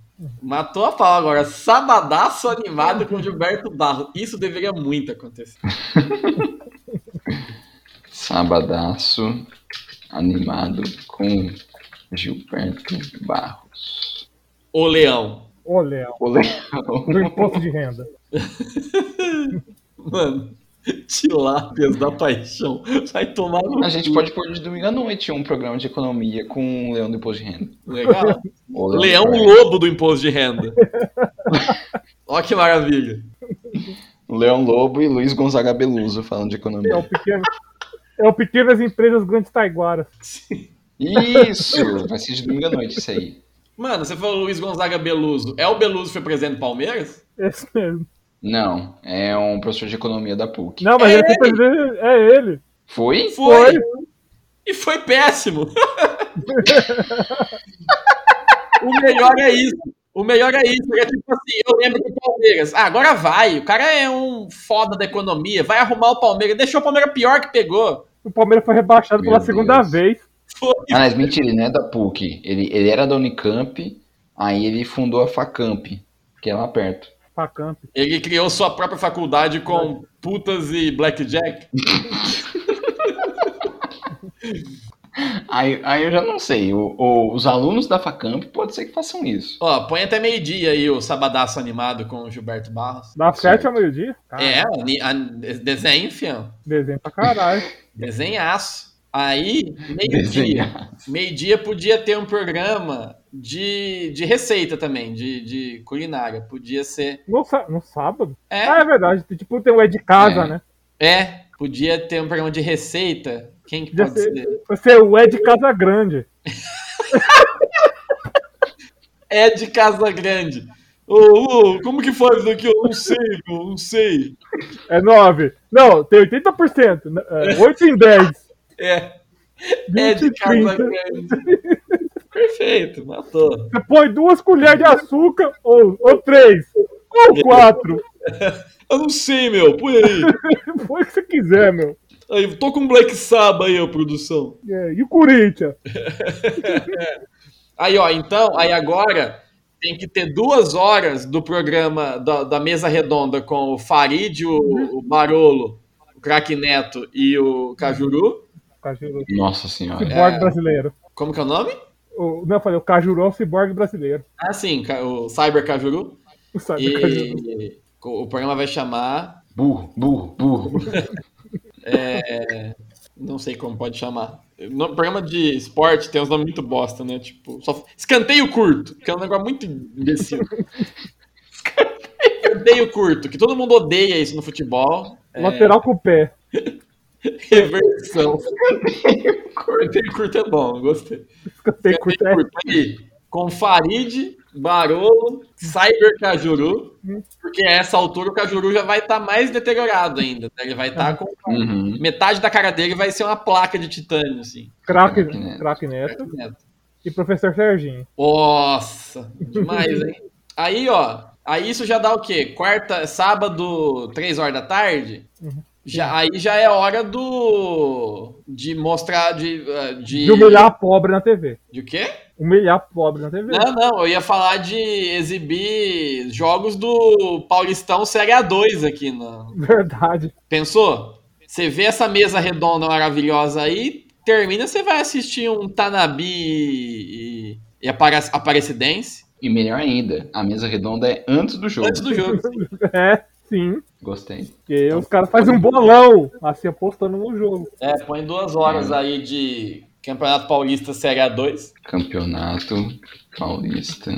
Speaker 1: Matou a pau agora. Sabadaço animado com Gilberto Barros. Isso deveria muito acontecer.
Speaker 2: Sabadaço animado com Gilberto Barros.
Speaker 1: O Leão.
Speaker 3: Ô, Léo,
Speaker 2: O
Speaker 3: do
Speaker 2: leão.
Speaker 3: imposto de renda.
Speaker 1: Mano, tilápias da paixão. Vai tomar no
Speaker 2: A gente
Speaker 1: cu.
Speaker 2: pode pôr de domingo à noite um programa de economia com o leão do imposto de renda.
Speaker 1: Legal.
Speaker 2: O
Speaker 1: Leão
Speaker 2: do Imposto de
Speaker 1: lobo do imposto de renda. Ó que maravilha.
Speaker 2: Renda. Leão Lobo e Luiz Gonzaga Beluso falando de
Speaker 3: É o
Speaker 2: economia.
Speaker 3: pequeno. É o pequenas empresas grandes taiguaras.
Speaker 2: Isso! Vai ser de domingo à noite isso aí.
Speaker 1: Mano, você falou Luiz Gonzaga Beluso. É o Beluso que foi presidente do Palmeiras?
Speaker 3: Esse É mesmo.
Speaker 2: Não, é um professor de economia da PUC.
Speaker 3: Não, mas
Speaker 1: É
Speaker 3: ele é presidente. É ele.
Speaker 2: Foi?
Speaker 1: Foi. E foi péssimo. o melhor é isso. O melhor é isso. É tipo assim, eu lembro do Palmeiras. Ah, agora vai. O cara é um foda da economia. Vai arrumar o Palmeiras. Deixou o Palmeiras pior que pegou.
Speaker 3: O Palmeiras foi rebaixado
Speaker 2: Meu
Speaker 3: pela segunda
Speaker 2: Deus.
Speaker 3: vez.
Speaker 1: Foi.
Speaker 2: Ah, mas mentira, ele não é da PUC. Ele, ele era da Unicamp, aí ele fundou a FACAMP, que é lá perto.
Speaker 3: Pra camp.
Speaker 1: Ele criou sua própria faculdade com putas e blackjack.
Speaker 2: Aí, aí eu já não sei. O- o- os alunos da Facamp pode ser que façam isso.
Speaker 1: Ó, põe até meio-dia aí o Sabadaço Animado com o Gilberto Barros.
Speaker 3: Dá
Speaker 2: Certo.
Speaker 3: sete ao meio-dia?
Speaker 1: É,
Speaker 3: Caralho,
Speaker 1: ani- an- desenho, fião.
Speaker 3: Desenho pra caralho.
Speaker 1: Desenhaço. Aí, meio-dia.
Speaker 2: Desenhar.
Speaker 1: Meio-dia podia ter um programa de, de receita também, de, de culinária. Podia ser.
Speaker 3: No, sá- no sábado? Ah,
Speaker 1: É,
Speaker 3: é verdade. Tipo, tem o É de Casa,
Speaker 2: É.
Speaker 3: né?
Speaker 1: é, podia ter um programa de receita. Quem que
Speaker 3: Podia
Speaker 1: pode
Speaker 3: ser.
Speaker 1: ser?
Speaker 3: Você é o É de Casa Grande.
Speaker 1: É de Casa Grande. Ô, ô, como que faz isso aqui? Eu não sei, eu não sei.
Speaker 3: É nove. Não, tem 80%. né? É, Oito em dez.
Speaker 1: É, é
Speaker 3: vinte
Speaker 1: de
Speaker 3: em
Speaker 1: Casa
Speaker 3: 30.
Speaker 1: Grande. Perfeito, matou.
Speaker 3: Você põe duas colheres de açúcar, ou, ou três, ou quatro.
Speaker 1: Eu não sei, meu, põe aí.
Speaker 3: Põe o que você quiser, meu.
Speaker 1: aí tô com Black Sabbath aí, ó, produção.
Speaker 3: É, e o Corinthians?
Speaker 1: Aí, ó, então, aí agora tem que ter duas horas do programa da, da mesa redonda com o Farid, o, o Barolo, o Craque Neto e o Cajuru.
Speaker 3: Cajuru.
Speaker 2: Nossa senhora.
Speaker 3: Ciborgue brasileiro.
Speaker 1: Como que é o nome?
Speaker 3: O, não, eu falei, o Cajuru é o ciborgue brasileiro.
Speaker 1: Ah, sim, ca- o Cyber Cajuru.
Speaker 3: O Cyber Cajuru.
Speaker 1: E o o programa vai chamar.
Speaker 2: Burro, burro, burro.
Speaker 1: Não sei como pode chamar. No programa de esporte tem uns nomes muito bosta, né? Tipo, só escanteio curto, que é um negócio muito imbecil. escanteio curto, que todo mundo odeia isso no futebol. É,
Speaker 3: Lateral com o pé.
Speaker 1: Reversão. Cortei curto é bom, gostei.
Speaker 3: Escanteio com o pé.
Speaker 1: Curto aí. Com Farid, Barolo, Cyber Cajuru, porque a essa altura o Cajuru já vai estar mais deteriorado ainda. né? Ele vai estar com.
Speaker 2: Uhum.
Speaker 1: Metade da cara dele vai ser uma placa de titânio, assim.
Speaker 3: Craque,
Speaker 2: Craque Neto.
Speaker 3: craque Neto.
Speaker 1: Uhum.
Speaker 3: E professor Serginho.
Speaker 1: Nossa, demais, hein? Aí, ó, aí isso já dá o quê? Quarta, sábado, três horas da tarde?
Speaker 3: Uhum.
Speaker 1: Já, aí já é hora do. de mostrar, de. uh, De,
Speaker 3: De humilhar a pobre na TV.
Speaker 1: De o quê?
Speaker 3: Humilhar a pobre na TV.
Speaker 1: Não, não, eu ia falar de exibir jogos do Paulistão Série A2 aqui. Na...
Speaker 3: Verdade.
Speaker 1: Pensou? Você vê essa mesa redonda maravilhosa aí, termina, você vai assistir um Tanabi e, e Apara- Aparecidense.
Speaker 2: E melhor ainda, a mesa redonda é antes do jogo.
Speaker 1: Antes do jogo.
Speaker 3: É, sim.
Speaker 2: Gostei.
Speaker 3: Porque os caras fazem um bolão, assim, apostando no jogo.
Speaker 1: É, põe duas horas aí de Campeonato Paulista Série A2.
Speaker 2: Campeonato Paulista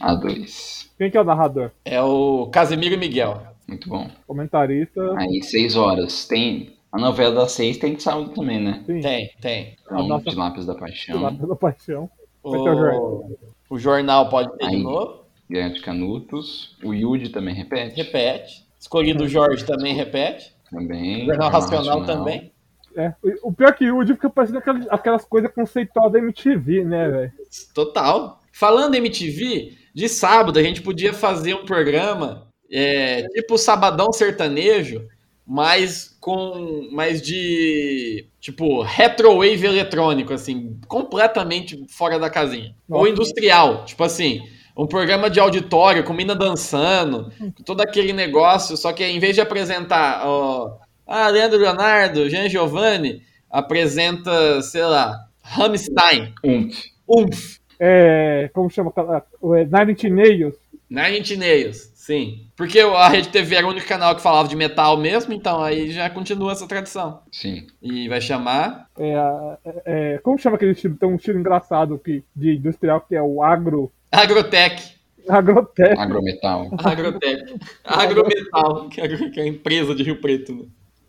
Speaker 2: A2.
Speaker 3: Quem que é o narrador?
Speaker 1: É o Casemiro Miguel.
Speaker 2: Muito bom.
Speaker 3: Comentarista.
Speaker 2: Aí, seis horas. Tem. A novela das seis tem de sábado também, né?
Speaker 3: Sim.
Speaker 1: Tem, então. tem.
Speaker 2: Então,
Speaker 3: nossa-
Speaker 2: de Lápis da
Speaker 3: sei Lá
Speaker 2: Paixão,
Speaker 3: pela paixão. Vai ter o
Speaker 1: O,
Speaker 3: jornal.
Speaker 1: o jornal pode ter de
Speaker 2: Aí.
Speaker 1: novo.
Speaker 2: Guerra de Canutos. O Yudi também repete.
Speaker 1: Repete. Escolhido Jorge também repete.
Speaker 2: Também.
Speaker 1: Jornal Racional
Speaker 2: Nacional.
Speaker 1: também.
Speaker 3: É. O pior é que o Woody fica parecendo aquelas, aquelas coisas conceitual da MTV, né, velho?
Speaker 1: Total. Falando em MTV, de sábado a gente podia fazer um programa é, tipo Sabadão Sertanejo, mas com mais de tipo retrowave eletrônico, assim, completamente fora da casinha. Ou
Speaker 3: Nossa.
Speaker 1: industrial, tipo assim, um programa de auditório com mina dançando, todo aquele negócio, só que em vez de apresentar, ó, ah, Leandro Leonardo, Jean Giovanni, apresenta, sei lá, Rammstein, um.
Speaker 2: Umph.
Speaker 1: Umf.
Speaker 3: É, como chama? aquela- o, é, Nine Inch Nails.
Speaker 1: Nine Inch Nails, Né, sim. Porque a Rede TV era o único canal que falava de metal mesmo, então aí já continua essa tradição.
Speaker 2: Sim.
Speaker 1: E vai chamar.
Speaker 3: É, a- é, é, como chama aquele estilo? Tem um estilo engraçado que, de industrial que é o agro.
Speaker 1: Agrotech.
Speaker 3: Agrotec.
Speaker 2: Agrometal.
Speaker 1: Agrotech. Agrometal, que é agro- que é a empresa de Rio Preto. Né?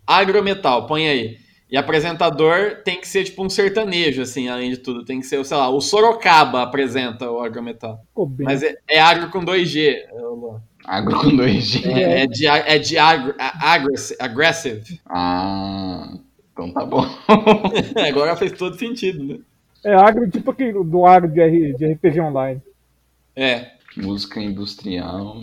Speaker 1: Agrometal, põe aí. E apresentador tem que ser tipo um sertanejo, assim, além de tudo. Tem que ser, sei lá, o Sorocaba apresenta o Agrometal.
Speaker 3: Ficou bem.
Speaker 1: Mas é, é agro com 2G. é o nome.
Speaker 2: Agro com 2G.
Speaker 1: É, é de, a- é de agro, a- agres- aggressive.
Speaker 2: Ah. Então tá bom.
Speaker 1: Agora fez todo sentido, né?
Speaker 3: É agro, tipo aquele do agro de, R- de RPG Online,
Speaker 1: É.
Speaker 2: Música industrial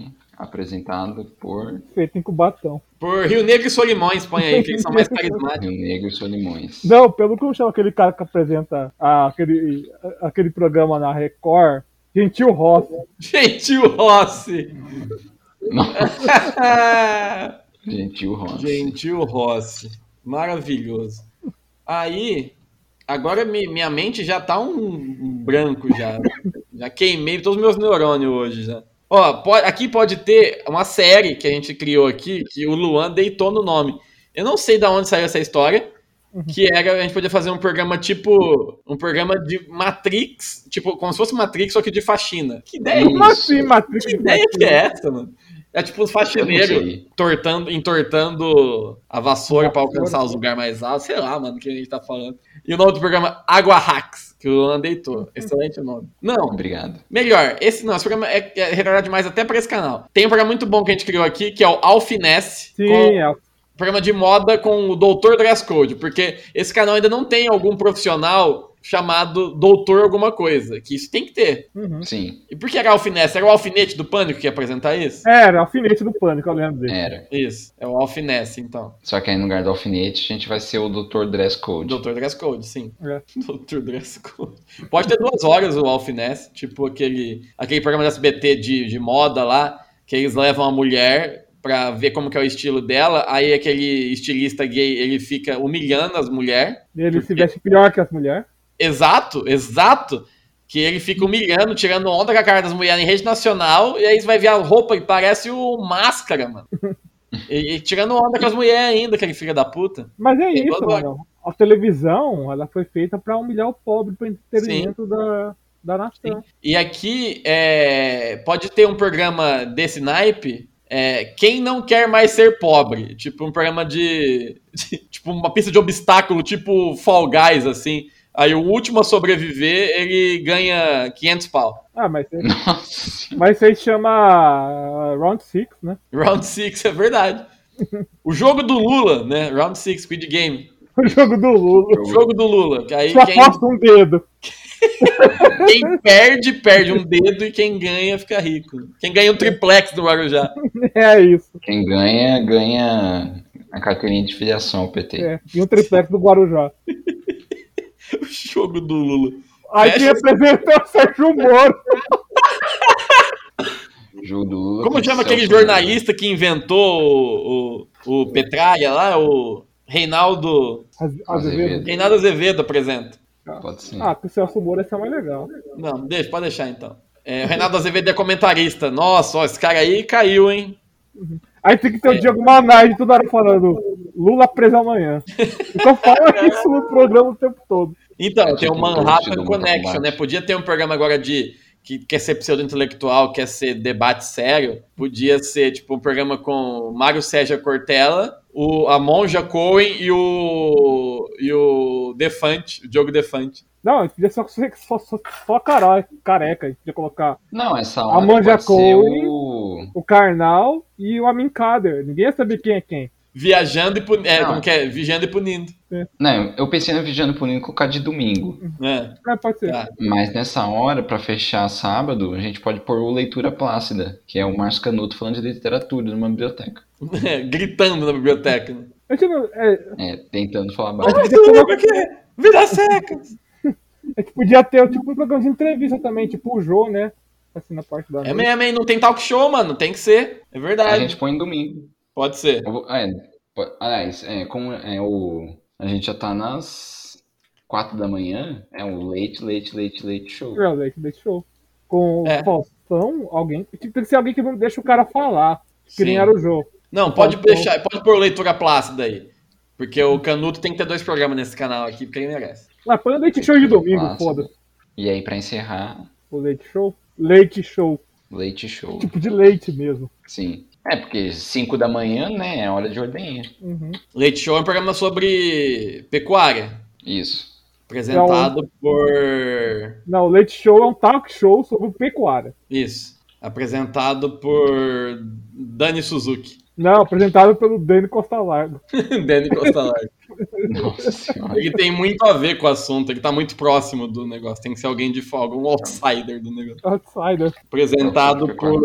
Speaker 2: apresentada por
Speaker 3: feito em Cubatão.
Speaker 1: Por Rio Negro e Solimões, põe aí, que eles são mais carismáticos.
Speaker 2: Rio Negro e Solimões.
Speaker 3: Não, pelo que eu chamo aquele cara que apresenta a- aquele, a- aquele programa na Record, Gentil Rossi.
Speaker 1: Gentil Rossi!
Speaker 2: Nossa, Gentil Rossi.
Speaker 1: Gentil Rossi. Maravilhoso. Aí, Agora mi- minha mente já tá um branco já. já queimei todos os meus neurônios hoje já. Ó, po- aqui pode ter uma série que a gente criou aqui, que o Luan deitou no nome. Eu não sei da onde saiu essa história, que era a gente podia fazer um programa tipo um programa de Matrix, tipo como se fosse Matrix só que de faxina. Que ideia,
Speaker 3: Como assim, Matrix?
Speaker 1: que ideia que é essa, mano? É tipo os
Speaker 2: Eu não
Speaker 1: faxineiros
Speaker 2: sei.
Speaker 1: tortando, entortando a vassoura pra alcançar os lugares mais altos, sei lá, mano, o que a gente tá falando. E o nome do programa Água Hacks, que o Luan
Speaker 3: Uhum.
Speaker 1: deitou. Excelente nome. Não,
Speaker 2: Obrigado.
Speaker 1: melhor, esse não, esse programa é, é retardado demais até pra esse canal. Tem um programa muito bom que a gente criou aqui, que é o Alfinesse,
Speaker 3: Sim,
Speaker 1: com um
Speaker 3: é.
Speaker 1: programa de moda com o Doutor Dress Code, porque esse canal ainda não tem algum profissional chamado Doutor alguma coisa, que isso tem que ter.
Speaker 3: Uhum.
Speaker 2: Sim,
Speaker 1: E por que era Alfinesse? Era o Alfinete do Pânico que ia apresentar isso?
Speaker 3: É, era o alfinete do pânico, eu lembro dele.
Speaker 2: era.
Speaker 1: Isso, é o Alfinesse, então.
Speaker 2: Só que aí no lugar do alfinete a gente vai ser o Dr. Dress Code.
Speaker 1: Doutor Dress Code, sim.
Speaker 3: É.
Speaker 1: Doutor Dress Code. Pode ter duas horas o Alfiness, tipo aquele, aquele programa do SBT de, de moda lá, que eles levam a mulher pra ver como que é o estilo dela, aí aquele estilista gay, ele fica humilhando as mulheres.
Speaker 3: Ele
Speaker 1: Por
Speaker 3: se
Speaker 1: quê?
Speaker 3: veste pior que as mulheres.
Speaker 1: Exato, exato. Que ele fica humilhando, tirando onda com a cara das mulheres em rede nacional, e aí você vai ver a roupa e parece o Máscara, mano. E, e tirando onda com as mulheres ainda, aquele filho da puta.
Speaker 3: Mas é
Speaker 1: Tem
Speaker 3: isso,
Speaker 1: duas
Speaker 3: mano. A televisão, ela foi feita pra humilhar o pobre, pro entretenimento da, da nação.
Speaker 1: E aqui é, pode ter um programa desse naipe. é, quem não quer mais ser pobre? Tipo um programa de, de- Tipo uma pista de obstáculo, tipo Fall Guys, assim. Aí o último a sobreviver, ele ganha 500 pau.
Speaker 3: Ah, mas,
Speaker 2: Nossa.
Speaker 3: mas isso aí chama ah, Round Six, né?
Speaker 1: Round 6, é verdade. O jogo do Lula, né? Round 6, Squid Game.
Speaker 3: O jogo do Lula.
Speaker 1: O jogo do Lula. que Aí
Speaker 3: Só
Speaker 1: quem,
Speaker 3: falta um dedo.
Speaker 1: quem perde, perde um dedo e quem ganha, fica rico. Quem ganha um triplex do Guarujá.
Speaker 3: É isso.
Speaker 2: Quem ganha, ganha a carteirinha de filiação ao PT.
Speaker 3: É. E um triplex do Guarujá.
Speaker 1: O jogo do Lula.
Speaker 3: Aí
Speaker 1: Fecha
Speaker 3: quem
Speaker 1: esse-
Speaker 3: apresentou o Sérgio Moro.
Speaker 2: Jogo do Lula
Speaker 1: Como
Speaker 2: com
Speaker 1: chama aquele
Speaker 2: Celso
Speaker 1: jornalista que inventou o, o, o Petralha lá? O Reinaldo.
Speaker 3: Azevedo.
Speaker 1: Reinaldo Azevedo apresenta.
Speaker 2: Moura. Pode ser.
Speaker 3: Ah, com o Celso Moro esse é mais legal.
Speaker 1: Não, deixa, pode deixar então. É, o Reinaldo Azevedo é comentarista. Nossa, ó, esse cara aí caiu, hein?
Speaker 3: Aí tem que ter o
Speaker 1: É.
Speaker 3: Diego Manardi toda hora falando Lula preso amanhã. Então fala isso no programa o tempo todo.
Speaker 1: Então,
Speaker 2: É,
Speaker 1: tem o
Speaker 2: tipo, do
Speaker 1: Manhattan
Speaker 2: Mortal
Speaker 1: Connection,
Speaker 2: Kombat.
Speaker 1: né? Podia ter um programa agora de. Que quer ser pseudo-intelectual, quer ser debate sério. Podia ser, tipo, um programa com o Mário Sérgio Cortella, o, a Monja Cohen e o. E o Defante, o Diogo Defante.
Speaker 3: Não, a gente podia só, só, só, só caralho, careca. A gente podia colocar
Speaker 2: Não, essa
Speaker 3: A
Speaker 2: hora
Speaker 3: Manja
Speaker 2: pode ser
Speaker 3: Cole.
Speaker 2: o...
Speaker 3: o Karnal e o Amin Kader. Ninguém ia saber quem é quem.
Speaker 1: Viajando e punindo. É,
Speaker 2: Não.
Speaker 1: como que é? Vigiando e punindo.
Speaker 2: Não, eu pensei no Vigiano Punindo colocar de domingo.
Speaker 1: É.
Speaker 3: Mas Ah, pode ser.
Speaker 1: Tá.
Speaker 2: Mas nessa hora, pra fechar sábado, a gente pode pôr o Leitura Plácida, que é o Márcio Canuto falando de literatura numa biblioteca.
Speaker 1: É, Gritando na biblioteca. né?
Speaker 3: A gente, não- é,
Speaker 2: É, tentando falar baixo.
Speaker 1: é
Speaker 2: é
Speaker 1: Vida seca!
Speaker 3: a gente podia ter tipo, um programa de entrevista também, tipo o Jô, né? Assim, na parte da.
Speaker 1: É mesmo, hein? Não tem talk show, mano. Tem que ser. É
Speaker 2: A
Speaker 1: verdade.
Speaker 2: gente põe em domingo.
Speaker 1: Pode ser.
Speaker 2: Eu vou- É, po- aliás, é, como é o... A gente já tá nas quatro da manhã, é um late, late, late, late show.
Speaker 3: Real Lake Late Show. Com o
Speaker 1: É.
Speaker 3: Faustão, alguém. Tipo, tem que ser alguém que não deixa o cara falar. Que nem
Speaker 1: Sim.
Speaker 3: era o Jô.
Speaker 2: um
Speaker 1: Não,
Speaker 3: Pode
Speaker 1: pode
Speaker 3: pôr.
Speaker 1: deixar. Pode pôr o leitura plácida aí. Porque o Canuto tem que ter dois programas nesse canal aqui, porque ele merece.
Speaker 3: Mas põe o Late Show de domingo,
Speaker 2: Plácida.
Speaker 3: foda-se.
Speaker 2: E aí, pra encerrar,
Speaker 3: O Late Show. Leite Show.
Speaker 2: leite show.
Speaker 3: Tipo de leite mesmo.
Speaker 2: Sim. É, porque 5 da manhã, né, é hora de ordenha.
Speaker 3: Uhum.
Speaker 1: Leite Show é um programa sobre pecuária.
Speaker 2: Isso.
Speaker 1: Apresentado por.
Speaker 3: Não, o Leite Show é um talk show sobre pecuária.
Speaker 1: Isso. Apresentado por Dani Suzuki.
Speaker 3: Não, apresentado pelo Dani Costa Largo.
Speaker 1: Dani Costa Larga.
Speaker 2: Nossa senhora.
Speaker 1: Ele tem muito a ver com o assunto, ele tá muito próximo do negócio. Tem que ser alguém de folga, um outsider do negócio.
Speaker 3: Outsider.
Speaker 1: Apresentado por.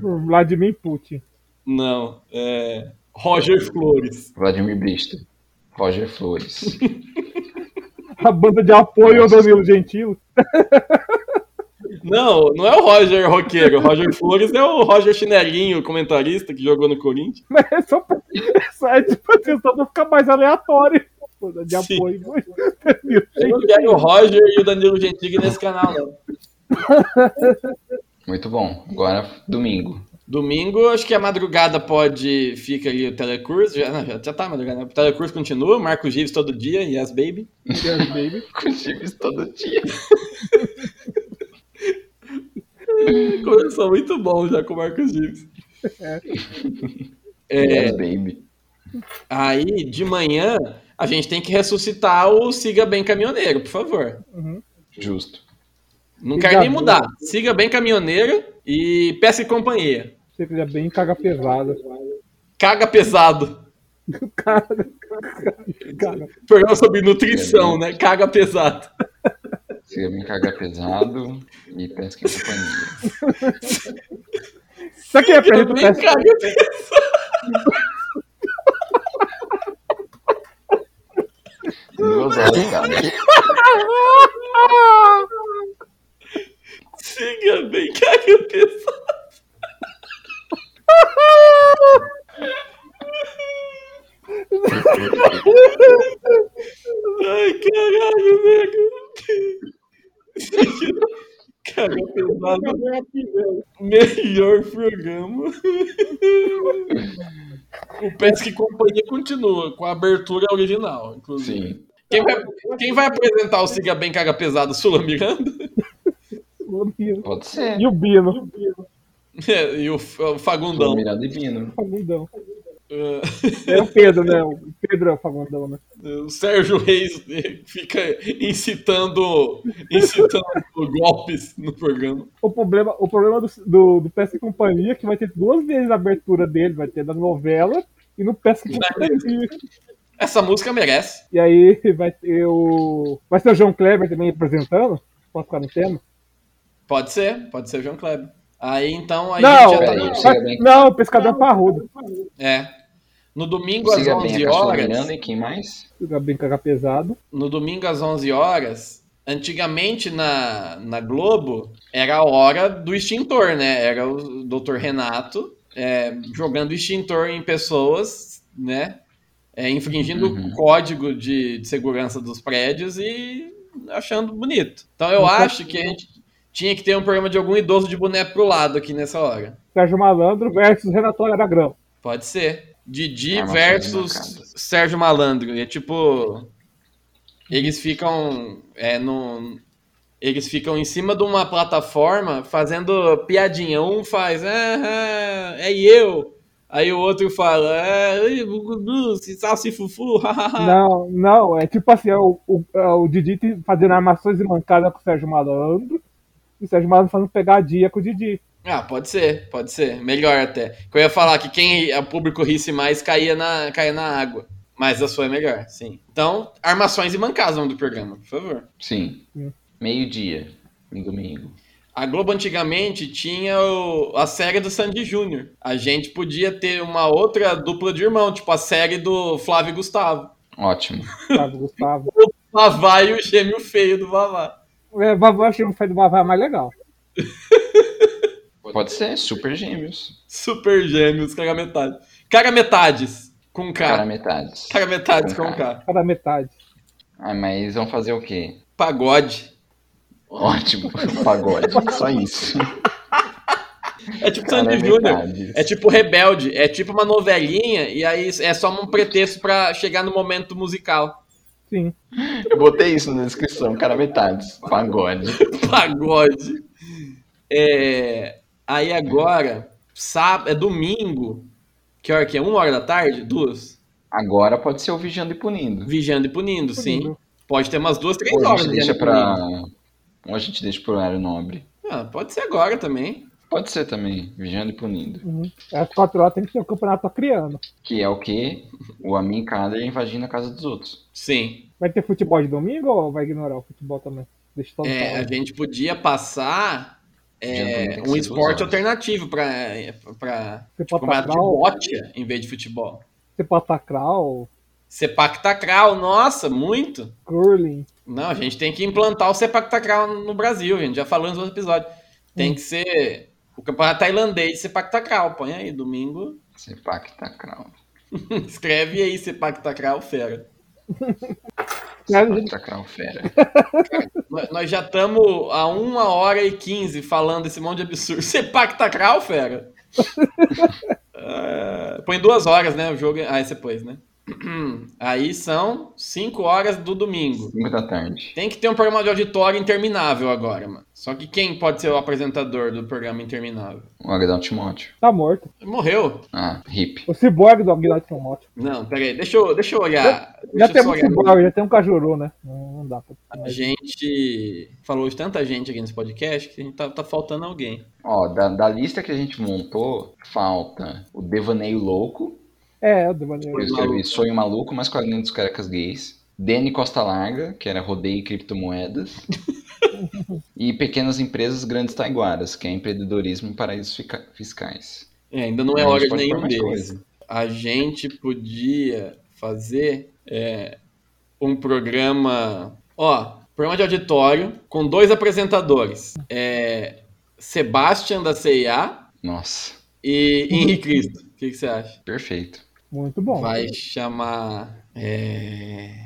Speaker 3: por Vladimir Putin.
Speaker 1: Não, é. Roger Flores.
Speaker 2: Vladimir Brista. Roger Flores.
Speaker 3: A banda de apoio ao
Speaker 2: Nossa.
Speaker 3: Danilo Gentili.
Speaker 1: Não, não é o Roger roqueiro. O Roger Flores é o Roger Chinelinho, comentarista que jogou no Corinthians.
Speaker 3: Mas é só pra, é só- é tipo assim, só pra ficar mais aleatório. de
Speaker 1: Sim.
Speaker 3: apoio. Mas...
Speaker 1: Eu não quero é o Roger e o Danilo Gentili nesse canal, não.
Speaker 2: Muito bom. Agora, domingo.
Speaker 1: Domingo, acho que a madrugada pode. Fica ali o Telecurso. Já, não, já já tá a madrugada. né? O Telecurso continua, Marco Gives todo dia, Yes Baby.
Speaker 2: Com chips todo dia.
Speaker 1: Começou muito bom já com o Marco Gives.
Speaker 3: É.
Speaker 1: É.
Speaker 2: Yes, baby.
Speaker 1: Aí, de manhã, a gente tem que ressuscitar o Siga Bem Caminhoneiro, por favor.
Speaker 2: Justo.
Speaker 1: Não
Speaker 3: Siga
Speaker 1: quero nem
Speaker 3: Bem.
Speaker 1: mudar. Siga Bem Caminhoneiro e Peça e Companhia.
Speaker 3: Você que já é bem caga pesada.
Speaker 1: Caga pesado.
Speaker 3: Cara, cara,
Speaker 1: Programa sobre nutrição, né? Caga pesado.
Speaker 2: Se eu me cagar pesado e pesca em companhia.
Speaker 3: Sabe quem é
Speaker 1: Eu
Speaker 3: perto do
Speaker 1: também
Speaker 3: Pest?
Speaker 1: cago pesado.
Speaker 2: Duas horas, cara.
Speaker 1: Siga Bem Caga pesado. Ai, caralho, velho. Cara, pesado. Melhor programa. O Pesca e Companhia continua com a abertura original, inclusive.
Speaker 2: Sim.
Speaker 1: Quem vai, quem vai apresentar o Siga Bem Caga Pesado? Sula Miranda?
Speaker 2: Pode ser.
Speaker 3: E o Bino.
Speaker 1: É, e o, F- o Fagundão.
Speaker 2: Mirada e Bino.
Speaker 3: Fagundão.
Speaker 1: Ah,
Speaker 3: É o Pedro, né? O Pedro é o Fagundão, né?
Speaker 1: O Sérgio Reis eh, fica incitando, incitando golpes no programa.
Speaker 3: O problema, o problema do, do, do Pesca e Companhia é que vai ter duas vezes a abertura dele, vai ter na novela e no Pesca e Companhia.
Speaker 1: Essa música merece.
Speaker 3: E aí vai ter o. Vai ser o João Kleber também apresentando? Posso ficar no tema?
Speaker 1: Pode ser, pode ser o João Kleber. Aí então aí
Speaker 3: não, é
Speaker 1: já tá
Speaker 2: peraí.
Speaker 1: no-
Speaker 3: vai- não, o Pescador Parrudo.
Speaker 1: É. No domingo às
Speaker 2: Siga bem
Speaker 1: 11
Speaker 2: a Caçula
Speaker 1: horas.
Speaker 2: Miranda e quem mais?
Speaker 3: Fica Tá bem cagar pesado.
Speaker 1: No domingo às 11 horas. Antigamente na, na Globo era a hora do extintor, né? Era o Dr. Renato é, jogando extintor em pessoas, né? É, infringindo
Speaker 2: Uhum.
Speaker 1: o código de, de segurança dos prédios e achando bonito. Então eu
Speaker 3: Nunca-
Speaker 1: acho que a gente tinha que ter um programa de algum idoso de boneco pro lado aqui nessa hora.
Speaker 3: Sérgio Malandro versus Renato Aragão.
Speaker 1: Pode ser. Didi
Speaker 2: Armações
Speaker 1: versus
Speaker 2: marcadas.
Speaker 1: Sérgio Malandro. E É tipo. Eles ficam. É, no, eles ficam em cima de uma plataforma fazendo piadinha. Um faz. Ah, ah, é eu. Aí o outro fala. "Ah, ui, bu, bu, se salsi fufu. hahaha."
Speaker 3: Não, não, é tipo assim, é o, o, é o Didi te- fazendo armações e mancada com o Sérgio Malandro. E o Sérgio Malandro fazendo pegadinha com o Didi.
Speaker 1: ah, pode ser, pode ser. Melhor até. Que eu ia falar que quem o público risse mais caía na, caía na água. Mas a sua é melhor, sim. Então, armações e mancadas é o nome do programa, por favor.
Speaker 2: Sim.
Speaker 3: Hum.
Speaker 2: Meio-dia. Em domingo.
Speaker 1: A Globo antigamente tinha o- a série do Sandy Júnior. A gente podia ter uma outra dupla de irmão, tipo a série do Flávio e Gustavo.
Speaker 2: Ótimo.
Speaker 3: Sabe, Gustavo?
Speaker 1: Vavá e o gêmeo feio do Vavá.
Speaker 3: É, Vavá, achei que foi do Vavá mais legal.
Speaker 2: Pode ser. Super gêmeos.
Speaker 1: Super gêmeos, cara metade. Cara metades, com
Speaker 2: Cara,
Speaker 1: K.
Speaker 2: metades.
Speaker 1: Cara metades,
Speaker 2: com
Speaker 1: com K.
Speaker 3: Cada metade.
Speaker 2: Ah, mas vão fazer o quê?
Speaker 1: Pagode.
Speaker 2: Ótimo. Pagode.
Speaker 4: Só isso.
Speaker 1: É tipo
Speaker 2: Cara,
Speaker 1: Sandy Júnior.
Speaker 2: metades.
Speaker 1: É tipo Rebelde. É tipo uma novelinha e aí é só um pretexto pra chegar no momento musical.
Speaker 3: Sim.
Speaker 4: Eu botei isso na descrição, cara, metades.
Speaker 2: Pagode.
Speaker 1: pagode. É, aí agora, sábado, é domingo, que hora que é? Uma hora da tarde? Duas?
Speaker 2: Agora pode ser o Vigiando e Punindo.
Speaker 1: Vigiando e punindo, sim. Pode ter umas duas, três
Speaker 2: Ou Uhum. a
Speaker 1: horas.
Speaker 2: gente
Speaker 1: vigiando
Speaker 2: deixa
Speaker 1: e
Speaker 2: pra...
Speaker 1: punindo.
Speaker 2: Ou a gente deixa pro horário nobre.
Speaker 1: Ah, pode ser agora também.
Speaker 2: Pode ser também. Vigiando e Punindo.
Speaker 3: Uhum. As quatro horas tem que ter o campeonato tá acriano.
Speaker 2: Que é o quê? O Amin Kader invadindo a casa dos outros.
Speaker 1: Sim.
Speaker 3: Vai ter futebol de domingo ou vai ignorar o futebol também? Deixa todo
Speaker 1: É, a
Speaker 3: mundo.
Speaker 1: gente podia passar é,
Speaker 2: Vigiando
Speaker 1: um
Speaker 2: e Punindo Então tá. tem que ser duas
Speaker 1: esporte
Speaker 2: horas. um
Speaker 1: alternativo pra, pra
Speaker 3: Você pode
Speaker 1: campeonato de
Speaker 3: atacar o-
Speaker 1: bote em vez de futebol.
Speaker 3: Você pode atacar o
Speaker 1: Sepak Takral, nossa, muito.
Speaker 3: curling.
Speaker 1: Não, a gente tem que implantar o Sepak Takral no Brasil, gente. Já falamos no outro episódio. Tem que ser o campeonato tailandês de Sepak Takral. Põe aí, domingo.
Speaker 2: Sepak Takral.
Speaker 1: Escreve aí Sepak Takral, fera.
Speaker 3: Cara,
Speaker 2: Pode tacar o fera.
Speaker 1: Nó- Nós já estamos a 1 hora e 15 falando esse monte de absurdo. Você pacta crawl, fera? Ah, põe duas horas, né? O jogo. é- Ah, esse é depois, né? Aí são 5 horas do domingo.
Speaker 2: 5 da tarde.
Speaker 1: Tem que ter um programa de auditório interminável agora, mano. Só que quem pode ser o apresentador do programa interminável?
Speaker 2: O Agadal Timóteo.
Speaker 3: tá morto.
Speaker 1: Morreu?
Speaker 2: Ah, hip.
Speaker 3: O cyborg do Aguilar são mortos.
Speaker 1: Não, peraí, deixa eu, deixa eu olhar.
Speaker 3: Já
Speaker 1: deixa eu
Speaker 3: tem
Speaker 1: só
Speaker 3: um
Speaker 1: olhar.
Speaker 3: cyborg, já tem um cajuru, né? Não, não dá pra.
Speaker 1: A gente falou de tanta gente aqui nesse podcast que a gente tá, tá faltando alguém.
Speaker 2: Ó, da, da lista que a gente montou, falta o Devaneio Louco,
Speaker 3: É, eu devaneio.
Speaker 2: eu escrevi Sonho Maluco, mais quadrinho dos Carecas Gays. Dani Costa Larga, que era Rodeio e Criptomoedas. e Pequenas Empresas Grandes Taiguaras, que é empreendedorismo em paraísos fica- fiscais.
Speaker 1: É, ainda não é
Speaker 2: A gente
Speaker 1: hora de
Speaker 2: pode pôr
Speaker 1: nenhum
Speaker 2: mais
Speaker 1: deles.
Speaker 2: coisa.
Speaker 1: A gente podia fazer é, um programa. Ó, programa de auditório com dois apresentadores: é, Sebastian da CIA
Speaker 2: Nossa,
Speaker 1: e Henrique Cristo. O que, que você acha?
Speaker 2: perfeito.
Speaker 3: é Muito bom.
Speaker 1: Vai chamar. é,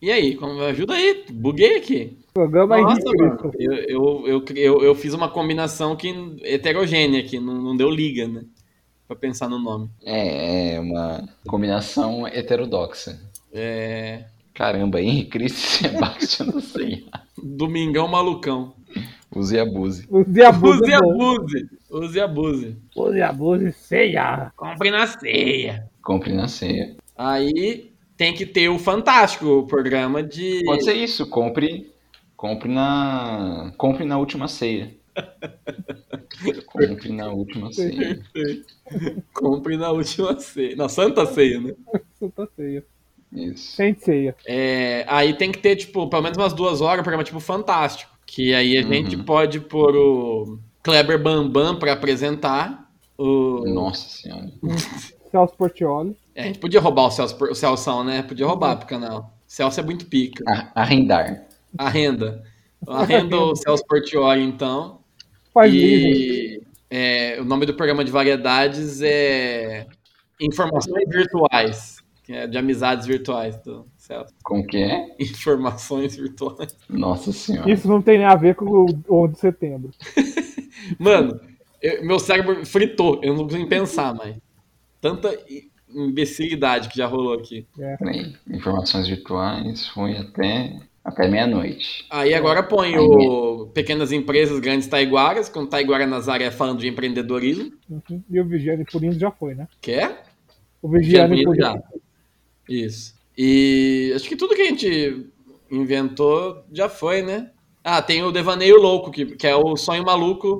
Speaker 1: E aí, como ajuda aí? Buguei aqui.
Speaker 3: Programa
Speaker 1: Nossa,
Speaker 3: Henrique
Speaker 1: mano.
Speaker 3: Cristo.
Speaker 1: Eu, eu, eu, cri- eu, eu fiz uma combinação que heterogênea, que não, não deu liga, né? Pra pensar no nome.
Speaker 2: É, é uma combinação heterodoxa.
Speaker 1: É...
Speaker 2: Caramba, Henrique Cristo e Sebastião do Senhor.
Speaker 1: Domingão Malucão.
Speaker 2: Use e abuse.
Speaker 3: Os né? diabos.
Speaker 1: Use e abuse. Use e abuse.
Speaker 3: Os diabos, ceia.
Speaker 1: Compre na ceia.
Speaker 2: Compre na ceia.
Speaker 1: Aí tem que ter o fantástico o programa de.
Speaker 2: Pode ser isso, compre, compre na, compre na última ceia. compre na última ceia.
Speaker 1: Compre na última ceia. Na Santa Ceia, né?
Speaker 3: Santa ceia.
Speaker 2: Isso.
Speaker 3: Sem ceia.
Speaker 1: É, aí tem que ter, tipo, pelo menos umas duas horas, um programa, tipo, fantástico. Que aí a
Speaker 2: Uhum.
Speaker 1: gente pode pôr o Kleber Bambam pra apresentar. O...
Speaker 2: Nossa senhora.
Speaker 3: Celso Portioli.
Speaker 1: É, a gente podia roubar o Celso, o Celção, né? Podia roubar pro canal. Celso é muito pica.
Speaker 2: A- Arrendar.
Speaker 1: A renda. A renda o Celso Portioli, então.
Speaker 3: Faz livre.
Speaker 1: E é, o nome do programa de variedades é Informações Virtuais. Que é de amizades virtuais do Celso.
Speaker 2: Como que é?
Speaker 1: Informações virtuais.
Speaker 2: Nossa senhora.
Speaker 3: Isso não tem nem a ver com o 11 de setembro.
Speaker 1: Mano, eu- meu cérebro fritou, eu não consigo pensar mais. Tanta i- imbecilidade que já rolou aqui.
Speaker 2: Peraí. Informações virtuais foi até, até meia-noite.
Speaker 1: Aí agora põe o Pequenas Empresas, Grandes Taiguaras, com Taiguara Nazaré falando de empreendedorismo.
Speaker 3: Uhum. E o Vigiane Purindo já foi, né?
Speaker 1: Quer?
Speaker 3: O Vigiane
Speaker 1: Bonito já.
Speaker 3: Purindo.
Speaker 1: Isso. E acho que tudo que a gente inventou já foi, né? Ah, tem o Devaneio Louco, que, que é o sonho maluco.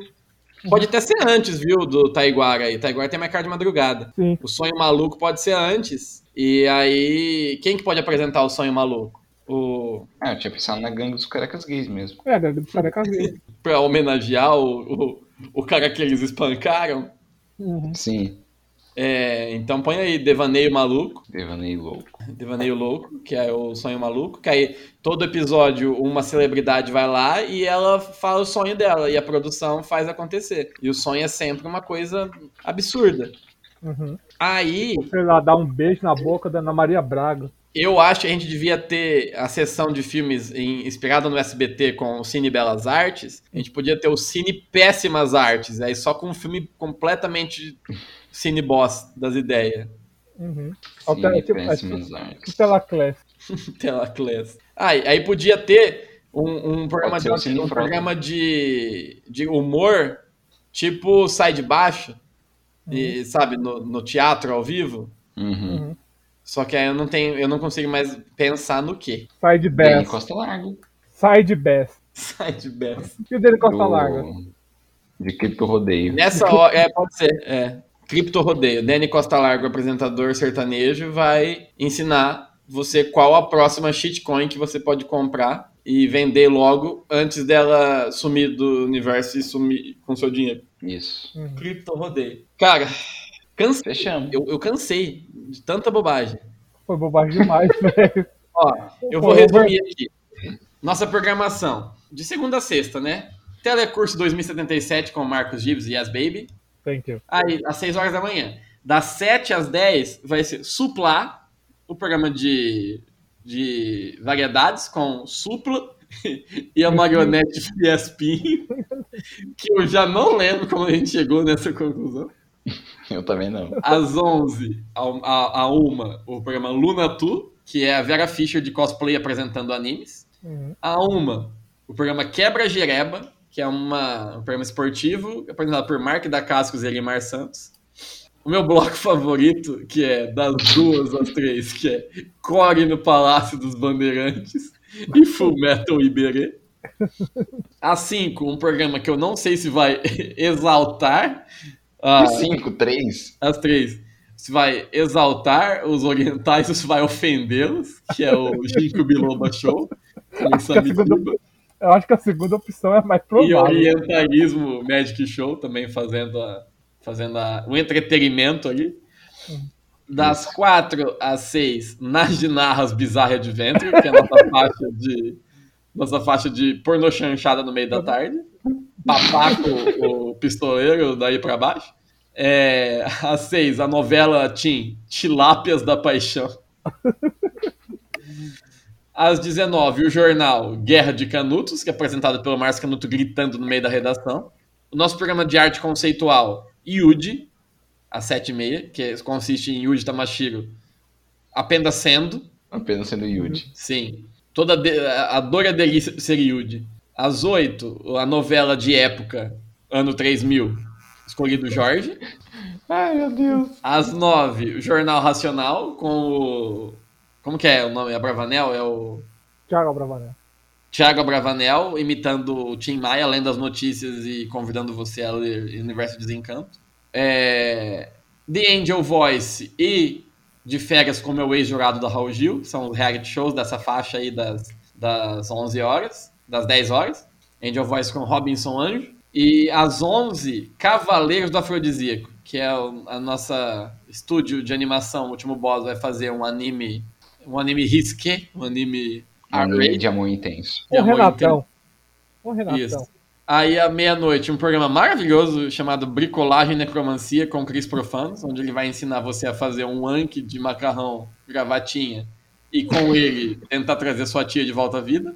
Speaker 1: Pode até ser antes, viu, do Taiguara aí. Taiguara tem minha cara de madrugada.
Speaker 3: Sim.
Speaker 1: O sonho maluco pode ser antes. E aí, quem que pode apresentar o sonho maluco? O
Speaker 2: Ah, eu tinha pensado na gangue dos carecas gays mesmo.
Speaker 3: É, era do Careca Verde.
Speaker 1: para homenagear o, o, o cara que eles espancaram.
Speaker 3: Uhum.
Speaker 2: Sim.
Speaker 1: É, então põe aí devaneio maluco,
Speaker 2: Devaneio louco.
Speaker 1: devaneio louco, que é o sonho maluco, que aí todo episódio uma celebridade vai lá e ela fala o sonho dela e a produção faz acontecer. E o sonho é sempre uma coisa absurda.
Speaker 3: Uhum.
Speaker 1: Aí,
Speaker 3: Sei lá, dar um beijo na boca da Ana Maria Braga.
Speaker 1: Eu acho que a gente devia ter a sessão de filmes em- inspirada no SBT com o Cine Belas Artes. A gente podia ter o Cine Péssimas Artes, aí só com um filme completamente Cine Boss das ideias.
Speaker 3: Uhum.
Speaker 2: Sim,
Speaker 3: Alternativa-
Speaker 2: péssimas artes.
Speaker 3: Stella Class.
Speaker 1: Tela class. Aí, aí podia ter um, um programa,
Speaker 2: Pode ser
Speaker 1: de,
Speaker 2: o Cine
Speaker 1: um
Speaker 2: Frota.
Speaker 1: programa de, de humor, tipo Sai de Baixo, e, sabe, no- no teatro ao vivo.
Speaker 2: Uhum.
Speaker 1: Só que aí eu não tenho, eu não consigo mais pensar no que.
Speaker 3: Side
Speaker 2: Dani
Speaker 3: Bass.
Speaker 2: Costa Largo.
Speaker 3: Side Bass.
Speaker 1: Sai de Bass.
Speaker 3: E o dele Costa
Speaker 2: do-
Speaker 3: Larga?
Speaker 2: De cripto rodeio.
Speaker 1: Nessa hora, é, pode ser, é. Cripto Rodeio. Dani Costa Largo, apresentador sertanejo, vai ensinar você qual a próxima shitcoin que você pode comprar e vender logo antes dela sumir do universo e sumir com seu dinheiro.
Speaker 2: Isso.
Speaker 3: Uhum.
Speaker 1: Cripto Rodeio. Cara, cansei.
Speaker 2: Fechamos.
Speaker 1: Eu, eu cansei de tanta bobagem.
Speaker 3: Foi bobagem demais, né? velho.
Speaker 1: Ó, eu vou
Speaker 3: Pô,
Speaker 1: resumir aqui. Nossa programação. De segunda a sexta, né? Telecurso 2077 com Marcos Gibbs e Yes Baby.
Speaker 3: Thank you.
Speaker 1: Aí, às 6 horas da manhã. Das 7 às 10 vai ser suplar o programa de de variedades com supla e a marionete Fiespinho, que eu já não lembro como a gente chegou nessa conclusão.
Speaker 4: Eu também não.
Speaker 1: Às 11, a, a, a uma, o programa Luna Tu, que é a Vera Fischer de cosplay apresentando animes.
Speaker 3: Uhum.
Speaker 1: A uma, o programa Quebra Gereba, que é uma, um programa esportivo apresentado por Mark da Cascos e Elimar Santos. O meu bloco favorito, que é das duas às três, que é Core no Palácio dos Bandeirantes e Full Metal Iberê. Às cinco, um programa que eu não sei se vai exaltar. ah,
Speaker 4: Cinco, três.
Speaker 1: as três. Se vai exaltar os orientais ou se vai ofendê-los, que é o Ginkgo Biloba Show, com o Sami Kuba.
Speaker 3: Eu acho que a segunda opção é a mais
Speaker 1: E o
Speaker 3: provável.
Speaker 1: orientalismo Magic Show também fazendo, a, fazendo a, o entretenimento ali. Das quatro às seis, nas ginarras Bizarre Adventure, que é a nossa faixa de, nossa faixa de porno chanchada no meio da tarde. Papaco, o pistoleiro, daí pra baixo. É, às seis, a novela Tim, Tilápias da Paixão. Às 19, o jornal Guerra de Canutos, que é apresentado pelo Márcio Canuto gritando no meio da redação. O nosso programa de arte conceitual, Yuji, às 7h30, que consiste em Yuji Tamashiro apenas sendo,
Speaker 4: Apenas sendo Yuji.
Speaker 1: sim, toda a de- a dor e a delícia de ser Yuji. Às 8, a novela de época, ano 3000, escolhido Jorge.
Speaker 4: Ai, meu Deus.
Speaker 1: Às 9, o Jornal Racional, com o... Como que é o nome? É Bravanel? É o...
Speaker 3: Thiago Bravanel.
Speaker 1: Tiago Abravanel imitando o Tim Maia, além das notícias e convidando você a ler Universo Desencanto. É, The Angel Voice e De Férias com Meu Ex-Jurado da Raul Gil, que são os reality shows dessa faixa aí das, das 11 horas, das 10 horas. Angel Voice com Robinson Anjo. E às 11, Cavaleiros do Afrodisíaco, que é o- a nossa estúdio de animação. O último boss vai fazer um anime, um anime risqué, um anime
Speaker 3: Uhum.
Speaker 2: Anime
Speaker 1: R-rated.
Speaker 2: de amor intenso.
Speaker 3: O
Speaker 1: É muito
Speaker 3: Renatão. O Renatão.
Speaker 1: Isso. Aí, à meia-noite, um programa maravilhoso chamado Bricolagem e Necromancia com Cris Profanos, onde ele vai ensinar você a fazer um anque de macarrão gravatinha e, com ele, tentar trazer sua tia de volta à vida.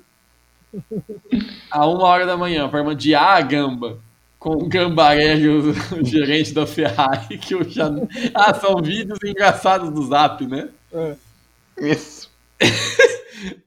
Speaker 1: À uma hora da manhã, um programa de A Gamba, com o Gambarelli, o gerente da Ferrari, que eu já... Ah, são vídeos engraçados do Zap, né?
Speaker 3: É.
Speaker 4: Isso.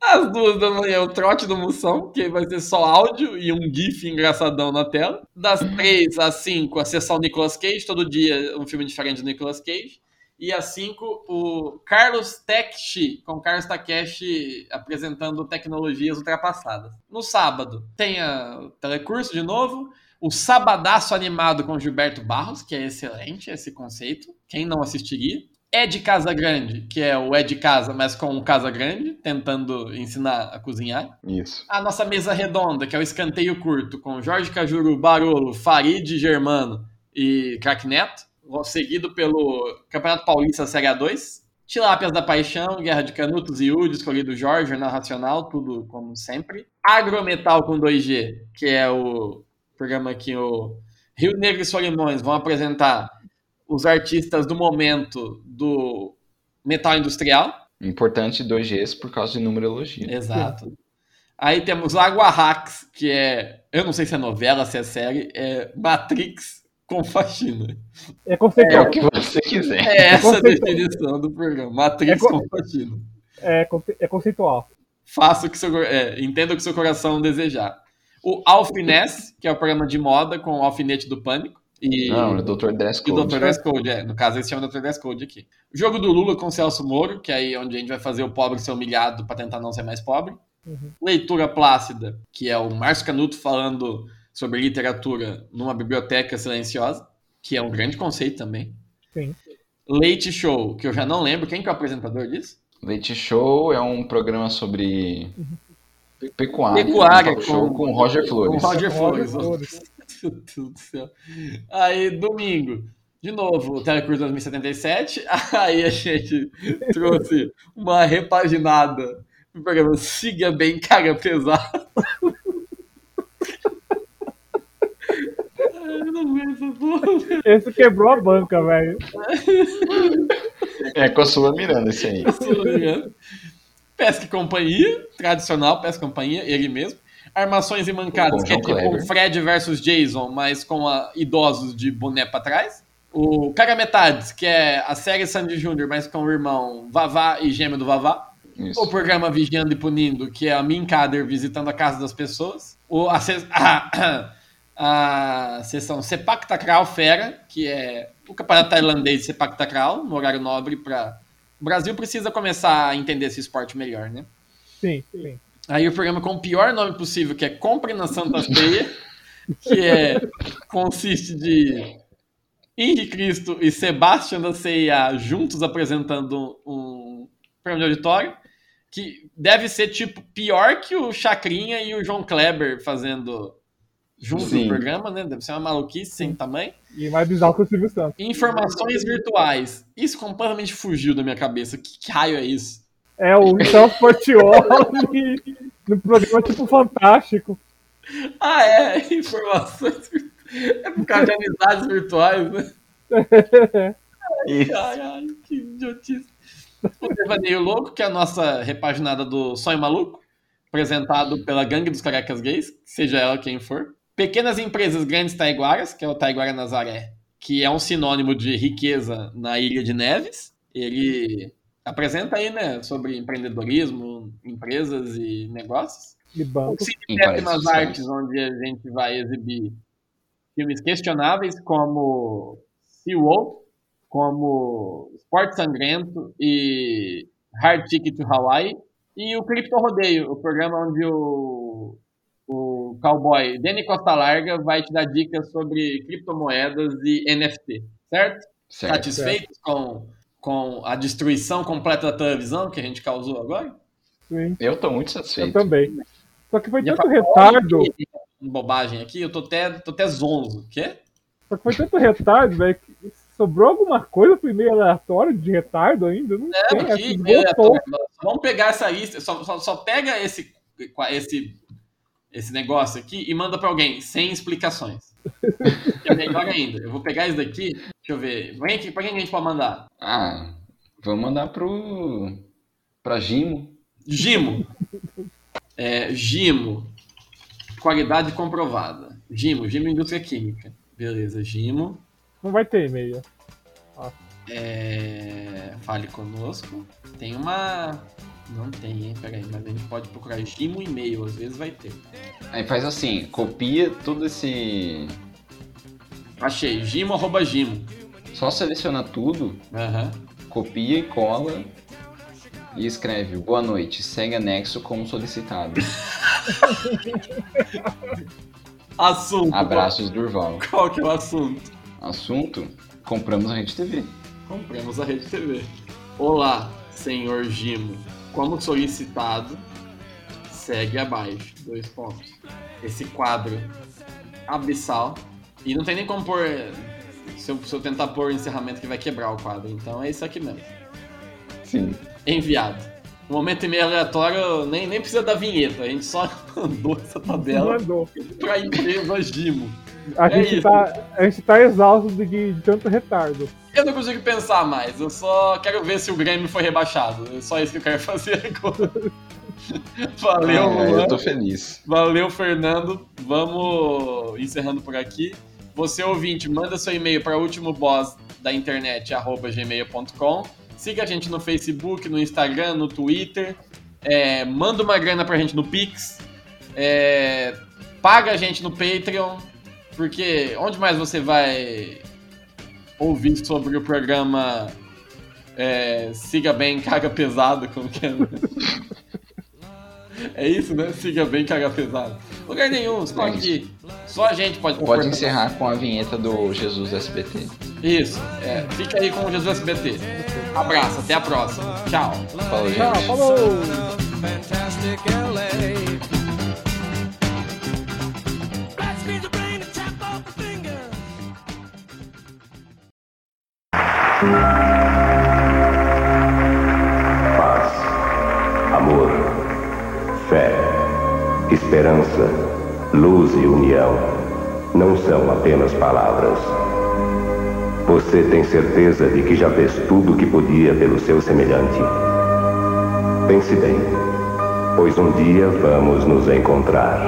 Speaker 1: Às duas da manhã, o trote do Moção, que vai ser só áudio e um GIF engraçadão na tela. Das três às cinco, a sessão Nicolas Cage, todo dia um filme diferente do Nicolas Cage. E às cinco, o Carlos Takeshi, com o Carlos Takeshi apresentando tecnologias ultrapassadas. No sábado, tem a Telecurso de novo. O Sabadaço Animado com Gilberto Barros, que é excelente esse conceito. Quem não assistiria? É de Casa Grande, que é o É de Casa, mas com o Casa Grande, tentando ensinar a cozinhar.
Speaker 4: Isso.
Speaker 1: A nossa mesa redonda, que é o escanteio curto, com Jorge Cajuru, Barolo, Farid Germano e Crack Neto, seguido pelo Campeonato Paulista Série A2. Tilápias da Paixão, Guerra de Canutos e Ud, escolhido Jorge, Jornal Racional, tudo como sempre. Agrometal com 2G, que é o programa que o Rio Negro e Solimões vão apresentar os artistas do momento do metal industrial.
Speaker 4: Importante 2Gs por causa de numerologia.
Speaker 1: É. Exato. Aí temos Aguarrax, que é. Eu não sei se é novela, se é série, é Matrix com faxina.
Speaker 3: É
Speaker 4: É
Speaker 3: conceitual.
Speaker 4: o que você quiser.
Speaker 1: É essa a
Speaker 3: Conceitual.
Speaker 1: definição do programa. Matrix
Speaker 3: É co-
Speaker 1: com faxina.
Speaker 3: É, conce- é conceitual.
Speaker 1: Faça o que seu, cor- é, entenda o que seu coração desejar. O Alfiness, que é o programa de moda com o alfinete do pânico. E
Speaker 4: Não, o Dr. Dress
Speaker 1: E o Dr.
Speaker 4: Code.
Speaker 1: Dress Code, é. No caso, esse chama Dr. Dress Code aqui. Jogo do Lula com Celso Moro, que é aí onde a gente vai fazer o pobre ser humilhado pra tentar não ser mais pobre.
Speaker 3: Uhum.
Speaker 1: Leitura Plácida, que é o Márcio Canuto falando sobre literatura numa biblioteca silenciosa, que é um grande conceito também.
Speaker 3: Sim.
Speaker 1: Leite Show, que eu já não lembro. Quem que é o apresentador disso?
Speaker 4: Leite Show é um programa sobre pecuária.
Speaker 1: Uhum. Pecuária
Speaker 4: Um talk show
Speaker 1: com-
Speaker 4: com Roger
Speaker 1: Com
Speaker 4: Flores.
Speaker 3: Roger
Speaker 1: Roger Flores. Meu Deus do céu. Aí, domingo, de novo, o Telecurso 2077. Aí a gente trouxe uma repaginada do programa Siga Bem Caga Pesado. Ai, Eu não aguento essa porra.
Speaker 3: Esse quebrou a banca, velho.
Speaker 4: É com a Sula Miranda esse aí.
Speaker 1: Isso, né? Pesca e Companhia, tradicional Pesca e Companhia, ele mesmo. Armações e Mancadas,
Speaker 4: Bom,
Speaker 1: que é
Speaker 4: João
Speaker 1: tipo
Speaker 4: Kleber.
Speaker 1: um Fred versus Jason, mas com a- idosos de boné pra trás. O Cara Metades, que é a série Sandy Júnior, mas com o irmão Vavá e gêmeo do Vavá.
Speaker 4: Isso.
Speaker 1: O programa Vigiando e Punindo, que é a Minkader visitando a casa das pessoas. O, a, se- a- a sessão Sepak Takral Fera, que é o campeonato tailandês de Sepak Takral, no horário nobre para... O Brasil precisa começar a entender esse esporte melhor, né?
Speaker 3: Sim, sim.
Speaker 1: Aí o programa com o pior nome possível, que é Compre na Santa Ceia, que é, consiste de Henri Cristo e Sebastian da CIA juntos apresentando um programa de auditório, que deve ser tipo pior que o Chacrinha e o João Kleber fazendo juntos o
Speaker 4: Sim.
Speaker 1: programa, né? Deve ser uma maluquice sem tamanho.
Speaker 3: E mais bizarro que o Silvio Santos.
Speaker 1: Informações virtuais. Isso completamente fugiu da minha cabeça. Que, que raio é isso?
Speaker 3: É o Michel Portioli no programa tipo Fantástico.
Speaker 1: Ah, é, informações. virtu- É por causa de amizades virtuais, né?
Speaker 4: Isso.
Speaker 1: Caralho, que idiotice. O Devaneio Louco, que é a nossa repaginada do Sonho Maluco, apresentado pela Gangue dos Carecas Gays, seja ela quem for. Pequenas Empresas Grandes Taiguaras, que é o Taiguara Nazaré, que é um sinônimo de riqueza na Ilha de Neves. Ele apresenta aí, né, sobre empreendedorismo, empresas e negócios.
Speaker 3: De
Speaker 1: O
Speaker 3: banco.
Speaker 1: Cine
Speaker 2: Em
Speaker 1: Péssimas
Speaker 2: Paris, sabe?
Speaker 1: Artes, onde a gente vai exibir filmes questionáveis como Seawolf, como Esporte Sangrento e Hard Ticket to Hawaii. E o Cripto Rodeio, o programa onde o, o cowboy Danny Costa Larga vai te dar dicas sobre criptomoedas e NFT, certo?
Speaker 2: Certo.
Speaker 1: Satisfeitos com, com a destruição completa da televisão que a gente causou agora?
Speaker 3: Sim,
Speaker 4: Eu tô muito
Speaker 3: eu
Speaker 4: satisfeito.
Speaker 3: também. Só que foi
Speaker 1: Já
Speaker 3: tanto retardo.
Speaker 1: bobagem aqui, eu tô até, tô até zonzo. Quê?
Speaker 3: Só que foi tanto retardo, velho, que sobrou alguma coisa pro e-mail aleatório de retardo ainda? Não
Speaker 1: É,
Speaker 3: tem, assim,
Speaker 1: porque
Speaker 3: acho que
Speaker 1: e-mail
Speaker 3: esgotou.
Speaker 1: aleatório. Vamos pegar essa lista, só, só, só pega esse, esse, esse negócio aqui e manda pra alguém, sem explicações. É melhor ainda. Eu vou pegar isso daqui, deixa eu ver. Pra quem, pra quem a gente pode mandar?
Speaker 2: Ah,
Speaker 4: Vamos mandar pro. pra Gimo.
Speaker 1: Gimo. É, Gimo. Qualidade comprovada. Gimo, Gimo Indústria Química. Beleza, Gimo.
Speaker 3: Não vai ter e-mail.
Speaker 1: É, Fale conosco. Tem uma. Não tem, hein? Peraí, mas a gente pode procurar Gimo e-mail, às vezes vai ter.
Speaker 4: Aí faz assim, copia todo esse.
Speaker 1: Achei, Gimo arroba Gimo.
Speaker 4: Só seleciona tudo,
Speaker 1: Aham.
Speaker 4: copia e cola. E escreve, boa noite, segue anexo como solicitado.
Speaker 1: Assunto. né?
Speaker 4: Abraços, Durval.
Speaker 1: Qual que é o assunto?
Speaker 4: Assunto: compramos a Rede TV.
Speaker 1: Compramos a Rede TV. Olá, senhor Gimo. Como solicitado, segue abaixo. Dois pontos. Esse quadro abissal. E não tem nem como pôr. Se eu, se eu tentar pôr o encerramento que vai quebrar o quadro. Então é isso aqui mesmo.
Speaker 4: Sim.
Speaker 1: enviado. No momento e meio aleatório, nem, nem precisa da vinheta, a gente só mandou essa tabela
Speaker 3: Mandou.
Speaker 1: pra empresa Gimo.
Speaker 3: A,
Speaker 1: É
Speaker 3: gente
Speaker 1: isso.
Speaker 3: tá, a gente tá exausto de, de tanto retardo.
Speaker 1: Eu não consigo pensar mais, eu só quero ver se o Grêmio foi rebaixado. É só isso que eu quero fazer agora. Valeu,
Speaker 2: É.
Speaker 4: Ah,
Speaker 1: Luan.
Speaker 4: eu tô feliz.
Speaker 1: Valeu, Fernando. Vamos encerrando por aqui. Você ouvinte, manda seu e-mail para último boss da internet, arroba gmail.com. Siga a gente no Facebook, no Instagram, no Twitter. É, manda uma grana pra gente no Pix. É, paga a gente no Patreon. Porque onde mais você vai ouvir sobre o programa é, Siga Bem, Caga Pesado? Como que é? É isso, né? Siga bem, caga pesado. Lugar nenhum, só
Speaker 4: É
Speaker 1: aqui. Só a gente pode
Speaker 4: Pode encerrar com a vinheta do Jesus SBT.
Speaker 1: Isso. É, fica aí com o Jesus SBT. Abraço, até a próxima. Tchau.
Speaker 4: Falou,
Speaker 1: É
Speaker 4: gente.
Speaker 3: Tchau, falou!
Speaker 5: fantastic LA. Black screens are brain to tap off the finger.
Speaker 6: paz, amor, fé, esperança, luz e união não são apenas palavras. Você tem certeza de que já fez tudo o que podia pelo seu semelhante. Pense bem, pois um dia vamos nos encontrar.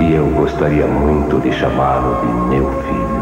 Speaker 6: E eu gostaria muito de chamá-lo de meu filho.